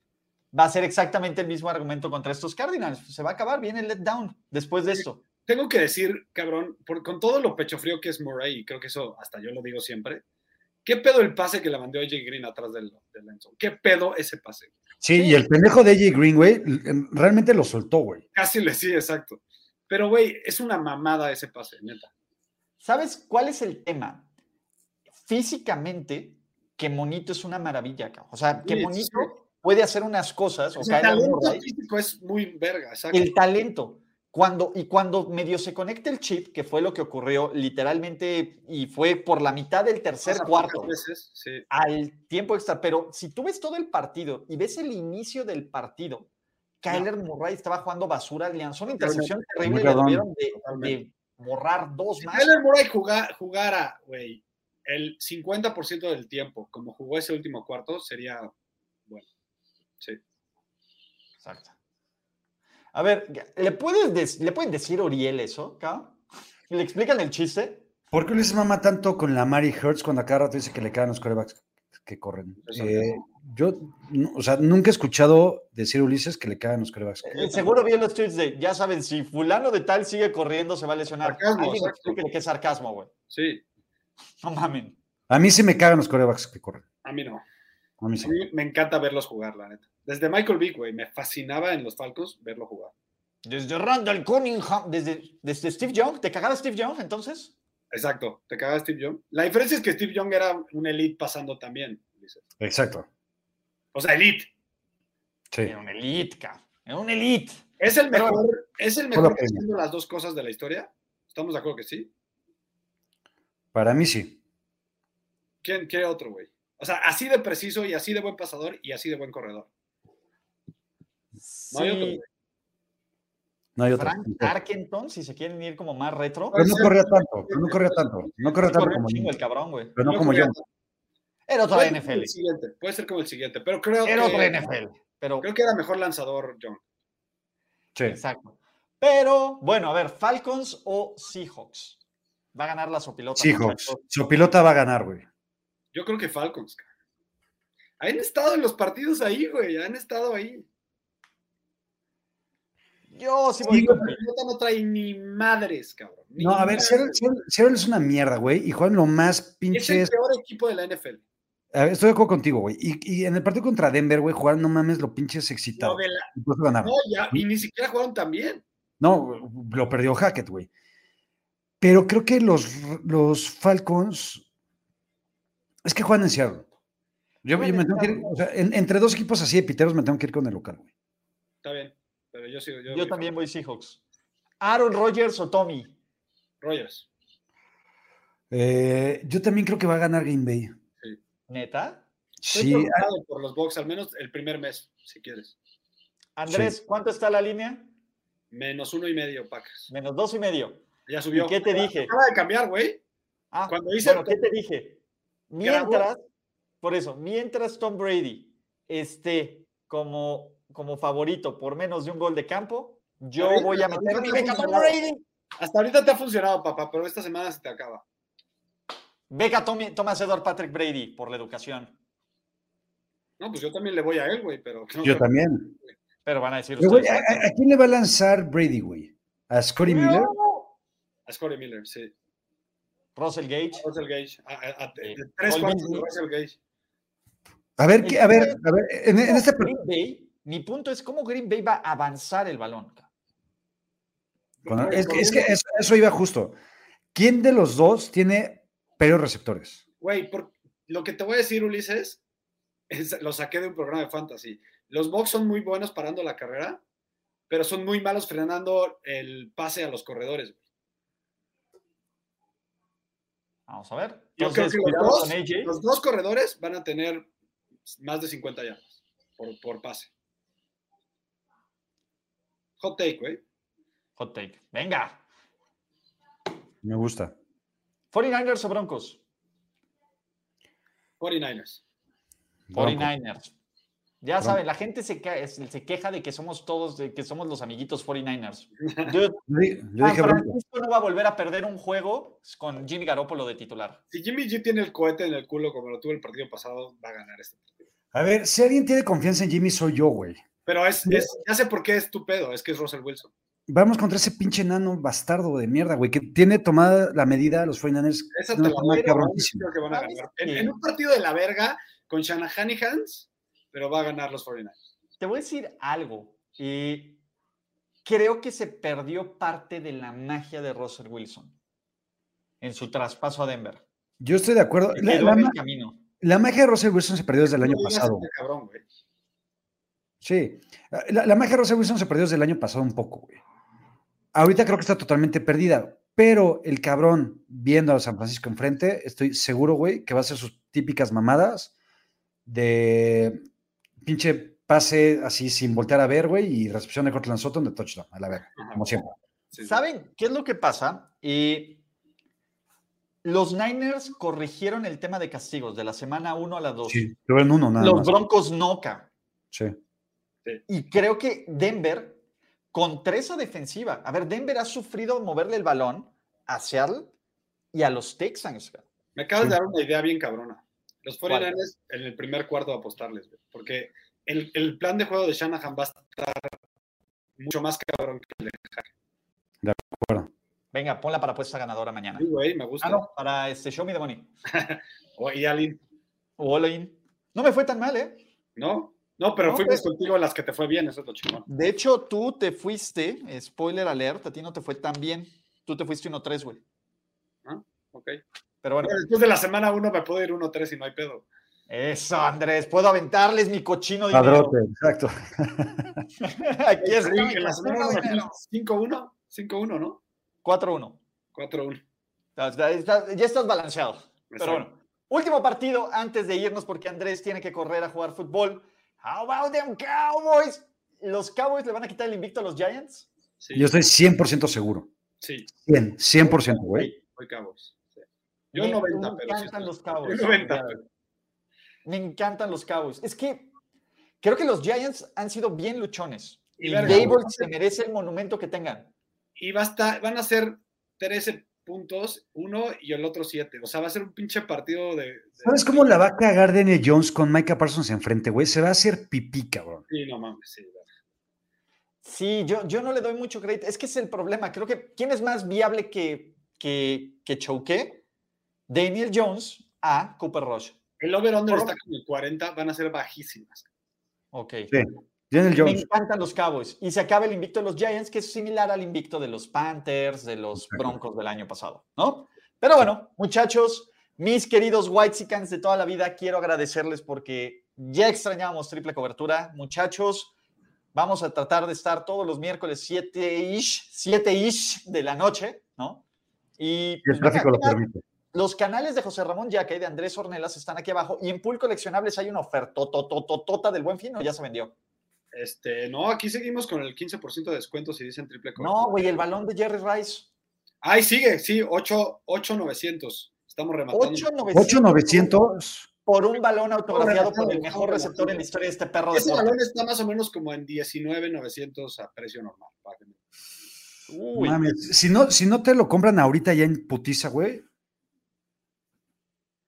S6: va a ser exactamente el mismo argumento contra estos Cardinals. Se va a acabar bien el letdown después de esto.
S7: Tengo que decir, cabrón, por- con todo lo pecho frío que es Murray, y creo que eso hasta yo lo digo siempre, ¿qué pedo el pase que le mandó AJ Green atrás del, del end zone? ¿Qué pedo ese pase?
S9: Sí, y el pendejo de AJ Green, güey, l- eh, realmente lo soltó, güey.
S7: Casi le sí, exacto. Pero, güey, es una mamada ese pase, neta.
S6: ¿Sabes cuál es el tema? Físicamente, que Monito es una maravilla. cabrón. O sea, que
S7: Sí, sí,
S6: Monito puede hacer unas cosas. O
S7: O sea,
S6: sea,
S7: el
S6: era
S7: talento
S6: Murray.
S7: físico es muy verga, exacto.
S6: el talento. Cuando, y cuando medio se conecta el chip, que fue lo que ocurrió literalmente y fue por la mitad del tercer
S7: Pasa
S6: cuarto
S7: pocas veces, sí.
S6: al tiempo extra, pero si tú ves todo el partido y ves el inicio del partido, Kyler Murray estaba jugando basura, le lanzó una intercepción terrible, le
S9: cabrón,
S6: debieron de,
S7: totalmente.
S6: de borrar dos
S7: Si
S6: más.
S7: Kyler Murray juga- jugara, güey, el 50% del tiempo, como jugó ese último cuarto, sería bueno. Sí.
S6: Exacto. A ver, ¿le, puedes des- ¿le pueden decir Oriel eso, cabrón? ¿Le explican el chiste?
S9: ¿Por qué les mama tanto con la Mari Hertz cuando a cada rato dice que le cagan los corebacks que corren?
S7: Eso
S9: Eh, yo, no, o sea, nunca he escuchado decir Ulises que le cagan los corebacks.
S6: Eh, Seguro vio los tweets de, ya saben, si fulano de tal sigue corriendo, se va a lesionar.
S7: Sarcasmo,
S6: Alguien
S7: exacto.
S6: explíquele qué es sarcasmo, güey.
S7: Sí,
S6: No mamen.
S9: A mí sí me cagan los corebacks que corren.
S7: a mí no.
S9: A mí sí.
S7: A mí me encanta verlos jugar, la neta. Desde Michael Vick, güey, me fascinaba en los Falcons verlo jugar.
S6: Desde Randall Cunningham, desde, desde Steve Young, ¿te cagaba Steve Young entonces?
S7: Exacto, te cagaba Steve Young. La diferencia es que Steve Young era un elite pasando también. dices.
S9: Exacto.
S7: O sea, elite.
S9: Sí.
S6: Era un elite, cabrón. Era un elite.
S7: ¿Es el
S6: Pero-
S7: mejor, ¿es el
S9: Hola,
S7: mejor
S9: Peña.
S7: haciendo las dos cosas de la historia? ¿Estamos de acuerdo que sí?
S9: Para mí sí.
S7: ¿Quién, ¿Qué otro, güey? O sea, así de preciso y así de buen pasador y así de buen corredor. No hay
S6: Sí,
S7: otro, güey.
S9: No hay otro.
S6: Frank Arkenton, si se quieren ir como más retro.
S9: Pero no corría tanto, pero no corría tanto. No corría
S6: Sí
S9: tanto
S6: corrió un
S9: como
S6: chingo
S9: yo.
S6: el cabrón, güey.
S9: Pero no como yo.
S7: corría
S6: Era otra
S7: Puede ser como
S6: NFL.
S7: el siguiente, puede ser como el siguiente, pero creo
S6: Era otra
S7: que,
S6: NFL. Pero
S7: creo que era mejor lanzador John.
S9: Sí.
S6: Exacto. Pero, bueno, a ver, Falcons o Seahawks. Va a ganar la sopilota.
S9: Seahawks.
S6: muchachos.
S9: Sopilota va a ganar, güey.
S7: Yo creo que Falcons, cabrón. Han estado en los partidos ahí, güey. Han estado ahí.
S6: Yo sí voy
S7: Sí,
S6: con-
S7: no trae ni madres, cabrón. Ni
S9: No, a ver,
S7: madres.
S9: Seattle, Seattle- Seattle es una mierda, güey. Y juegan lo más
S7: Es el
S9: pinches.
S7: peor equipo de la NFL.
S9: A ver, estoy de acuerdo contigo, güey. Y, y en el partido contra Denver, güey, jugaron, no mames, lo pinches
S7: Lo
S9: excitado.
S7: de la-
S9: Y por eso ganaron.
S7: No, ya, y ni siquiera jugaron tan bien.
S9: No, lo perdió Hackett, güey. Pero creo que los, los Falcons. Es que juegan en Seattle. Yo, yo me tengo que ir- o sea, en- entre dos equipos así de piteros me tengo que ir con el local, güey.
S7: Está bien. Pero yo sigo. Yo,
S6: Yo también voy Seahawks. Aaron Rodgers o Tommy.
S7: Rogers.
S9: Eh, yo también creo que va a ganar Green Bay.
S6: ¿Neta?
S7: Estoy
S9: Sí, ah,
S7: preocupado por los Bucks, al menos el primer mes, si quieres.
S6: Andrés, ¿cuánto está la línea?
S7: Menos uno y medio, Packers.
S6: Menos dos y medio.
S7: Ya subió.
S6: ¿Y qué te dije?
S7: Acaba de cambiar, güey.
S6: Ah,
S7: Cuando hice-
S6: bueno, ¿qué te dije? Mientras, por eso, mientras Tom Brady esté como, como favorito por menos de un gol de campo, yo
S7: Ahorita,
S6: voy a
S7: ahorita
S6: meter mi
S7: tiene que
S6: beca Tom
S7: ganar.
S6: Brady.
S7: Hasta ahorita te ha funcionado, papá, pero esta semana se te acaba.
S6: Beca Tommy- Thomas Edward Patrick Brady por la educación.
S7: No, pues yo también le voy a él, güey, pero. no
S9: yo
S7: creo-
S9: también.
S6: Pero van a decir
S9: Pero, güey,
S6: ustedes.
S9: ¿a, a- a quién le va a lanzar Brady, güey? ¿A Scotty Miller?
S7: A Scottie Miller, sí.
S6: Russell Gage.
S7: A Russell Gage. A, a- a-
S6: Sí.
S7: de tres
S6: Cole
S7: cuartos de
S6: Beasley.
S7: Russell Gage.
S9: A ver, ¿qué- a ver, a ver, en, en este partido.
S6: Green Bay, mi punto es cómo Green Bay va a avanzar el balón. cabrón.
S9: Bueno, es que, es que eso, eso iba justo. ¿Quién de los dos tiene peores receptores?
S7: Güey, por- lo que te voy a decir, Ulises, es- lo saqué de un programa de fantasy. Los Bucks son muy buenos parando la carrera, pero son muy malos frenando el pase a los corredores.
S6: Vamos a ver.
S7: Yo creo
S6: Entonces,
S7: que los
S6: cuidado
S7: dos-
S6: con AJ.
S7: Los dos corredores van a tener más de 50 yardas por, por pase. Hot take, güey.
S6: Hot take. Venga.
S9: Me gusta.
S6: 49ers o Broncos.
S7: 49ers.
S6: 49ers. Ya saben, la gente se, que- es- se queja de que somos todos, de que somos los amiguitos 49ers. Dude,
S9: Yo di- yo
S6: San
S9: dije Broncos.
S6: Francisco no va a volver a perder un juego con Jimmy Garoppolo de titular.
S7: Si Jimmy G tiene el cohete en el culo como lo tuvo el partido pasado, va a ganar este.
S9: A ver, si alguien tiene confianza en Jimmy, soy yo, güey.
S7: Pero es, es- ya sé por qué es tu pedo, es que es Russell Wilson.
S9: Vamos contra ese pinche nano bastardo de mierda, güey, que tiene tomada la medida a los 49ers.
S7: Esa
S9: de
S7: te
S9: una
S7: la
S9: forma
S7: doy, pero
S9: cabronísima.
S7: creo que van a
S6: ¿Sabes
S7: ganar. En,
S6: qué?
S7: en un partido de la verga con Shanahan y Hans, pero va a ganar los 49ers.
S6: Te voy a decir algo. Y creo que se perdió parte de la magia de Russell Wilson en su traspaso a Denver.
S9: Yo estoy de acuerdo.
S6: Se
S9: La,
S6: quedó
S9: la
S6: en el
S9: ma-
S6: camino.
S9: la magia de Russell Wilson se perdió desde el año
S7: No digas
S9: pasado.
S7: este cabrón, güey.
S9: Sí. Ah, La, la magia de Russell Wilson se perdió desde el año pasado un poco, güey. Ahorita creo que está totalmente perdida, pero el cabrón viendo a San Francisco enfrente, estoy seguro, güey, que va a hacer sus típicas mamadas de pinche pase así sin voltear a ver, güey, y recepción de Cortland Sutton de touchdown, a la verga, como siempre.
S7: Sí, sí.
S6: ¿Saben qué es lo que pasa? Y los Niners corrigieron el tema de castigos de la semana 1 a la 2.
S9: Sí, pero en uno nada
S6: los
S9: más.
S6: Broncos no ca.
S9: Sí.
S6: Y creo que Denver, contra esa defensiva, a ver, Denver ha sufrido moverle el balón a Seattle y a los Texans. ca.
S7: Me acabas
S9: Sí.
S7: de dar una idea bien cabrona. Los
S6: ¿Cuál?
S7: 49ers en el primer cuarto a apostarles, güey, porque el, el plan de juego de Shanahan va a estar mucho más cabrón que el de
S6: Venga, ponla para apuesta ganadora mañana.
S7: Henry, güey, me gusta.
S6: Ah, no, para este Show Me the Money.
S7: O- y Alin,
S6: O All In. No me fue tan mal, ¿eh?
S7: ¿no? No, pero
S6: No,
S7: fuimos
S6: pues.
S7: contigo en las que te fue bien, eso es lo chingón.
S6: De hecho, tú te fuiste, spoiler alert, a ti no te fue tan bien. Tú te fuiste 1-3, güey.
S7: Ok.
S6: Pero bueno.
S7: Bueno, después de la semana 1 me puedo ir 1-3 y no hay pedo.
S6: Eso, Andrés, puedo aventarles mi cochino dinero.
S9: Padrote, exacto.
S6: Aquí
S7: Sí,
S6: está. mi
S7: en la semana
S6: cochino
S7: 1
S6: dinero.
S7: 5-1, 5-1, ¿no?
S6: 4-1.
S7: 4-1.
S6: Estás- Ya estás- ya estás balanceado. Pero
S7: Exacto.
S6: bueno, último partido antes de irnos porque Andrés tiene que correr a jugar fútbol. How about them Cowboys? ¿Los Cowboys le van a quitar el invicto a los Giants?
S7: Sí,
S9: Yo estoy 100% seguro.
S7: sí,
S9: 100, 100%, güey.
S7: voy Cowboys. sí. Yo
S6: Me
S7: 90, pero sí.
S6: encantan los Cowboys.
S7: Yo 90,
S6: Ya, Me encantan los Cowboys. Es que creo que los Giants han sido bien luchones.
S7: Y
S6: Y
S7: verga,
S6: Dable se merece el monumento que tengan.
S7: Y va a estar- van a ser 13 puntos uno y el otro siete. O sea, va a ser un pinche partido de. de-
S9: ¿Sabes cómo la va a cagar Daniel Jones con Micah Parsons enfrente, güey? Se va a hacer pipí, cabrón.
S7: Sí, no mames, sí.
S6: Sí, yo, yo no le doy mucho crédito. Es que es el problema. Creo que ¿quién es más viable que, que, que Chouquet? Daniel Jones a Cooper Rush.
S7: El over-under
S6: Por-
S7: está como en 40, van a ser bajísimas.
S6: Ok.
S9: Daniel
S6: Me
S9: Jones.
S6: encantan los Cowboys. Y se acaba el invicto de los Giants, que es similar al invicto de los Panthers, de los Broncos del año pasado, ¿no? Pero bueno, muchachos, mis queridos Whitesicans de toda la vida, quiero agradecerles porque ya extrañábamos triple cobertura. Muchachos, vamos a tratar de estar todos los miércoles 7-ish, 7-ish de la noche, ¿no? Y
S9: Y el
S6: pues,
S9: tráfico lo
S6: venga,
S9: permite.
S6: los canales de José Ramón Yaca y de Andrés Ornelas están aquí abajo. Y en Pool Coleccionables hay una oferta del buen fin, ¿o ya se vendió?
S7: Este, no, aquí seguimos con el 15% de descuento si dicen triple cobertura.
S6: No, güey, el balón de Jerry Rice.
S7: Ahí sigue, sí, 8 8,900. Estamos rematando.
S6: 8,900
S9: 8,900.
S6: por un balón autografiado por el
S7: Rematado,
S6: mejor
S7: rematado.
S6: receptor en la historia de este perro de
S7: Ese
S6: porte.
S7: balón está más o menos como en 19,900 a precio normal. para que me-
S6: Uy,
S9: Mames, Si no, si no te lo compran ahorita ya en putiza, güey.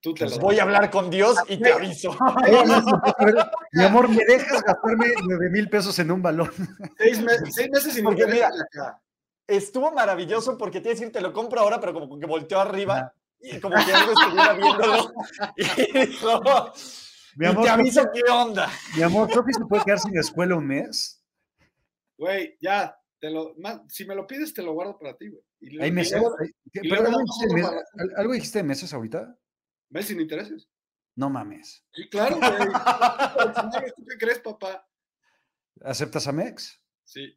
S7: Tú te lo
S6: Pues Voy a hablar con Dios y te aviso.
S9: Mi amor, ¿me dejas gastarme 9 mil pesos en un balón?
S7: Seis, me- seis meses sin
S6: Porque
S7: interés
S6: mira-
S7: acá.
S6: Estuvo maravilloso porque tienes que decir, te lo compro ahora, pero como que volteó arriba y como que algo estuviera viéndolo. Y dijo,
S9: Mi
S6: "Y
S9: amor,
S6: te aviso qué onda.
S9: Mi amor, ¿Sofi se puede quedar sin escuela un mes?
S7: Güey, ya, te lo, ma- si me lo pides, te lo guardo para ti, güey. Y lo-
S9: Hay
S7: y
S9: meses.
S7: luego-
S9: hay- ¿qué?
S7: y
S9: Pero
S7: luego
S9: algo,
S7: vamos
S9: dijiste de
S7: otro
S9: mes- al- algo dijiste de meses ahorita?
S7: ¿Ves sin intereses?
S9: No mames.
S7: Sí, claro, güey. ¿Tú qué crees, papá?
S9: ¿Aceptas a Mex?
S7: Sí,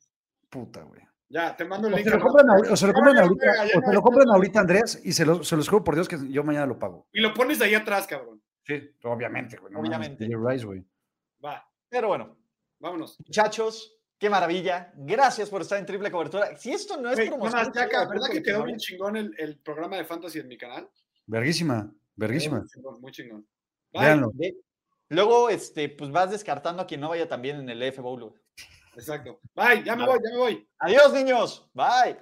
S9: Puta, güey.
S7: ya, te mando el
S9: O
S7: link.
S9: se Pues lo
S7: hermano.
S9: compran, ahor- o se lo
S7: No,
S9: compran
S7: ya no
S9: ahorita,
S7: pega, ya
S9: o
S7: no
S9: te lo
S7: hay-
S9: compran ahorita, Andrés, y se, lo, se los juro por Dios que yo mañana lo pago.
S7: Y lo pones ahí atrás, cabrón.
S9: Sí, obviamente, güey. no mames,
S6: Obviamente.
S9: Jerry Rice, güey.
S7: Va,
S6: Pero bueno,
S7: vámonos.
S6: muchachos, qué maravilla. Gracias por estar en triple cobertura. Si esto no es
S7: Güey,
S6: promoción,
S7: nada más, ya,
S6: triple
S7: acá, ¿verdad que
S6: cobertura,
S7: quedó bien chingón el, el programa de Fantasy en mi canal?
S9: Verguísima, verguísima.
S7: Muy chingón, muy chingón. Bye.
S9: Véanlo.
S6: Ve- Luego, este, pues vas descartando a quien no vaya también en el F Bowl. güey.
S7: Exacto. Bye, ya me voy, ya me voy.
S6: Adiós, niños. Bye.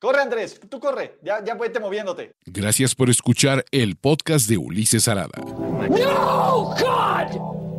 S6: Corre, Andrés. Tú corre. Ya, ya vete moviéndote.
S1: Gracias por escuchar el podcast de Ulises Arada.
S2: No, God!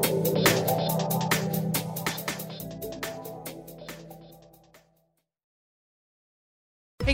S10: Hey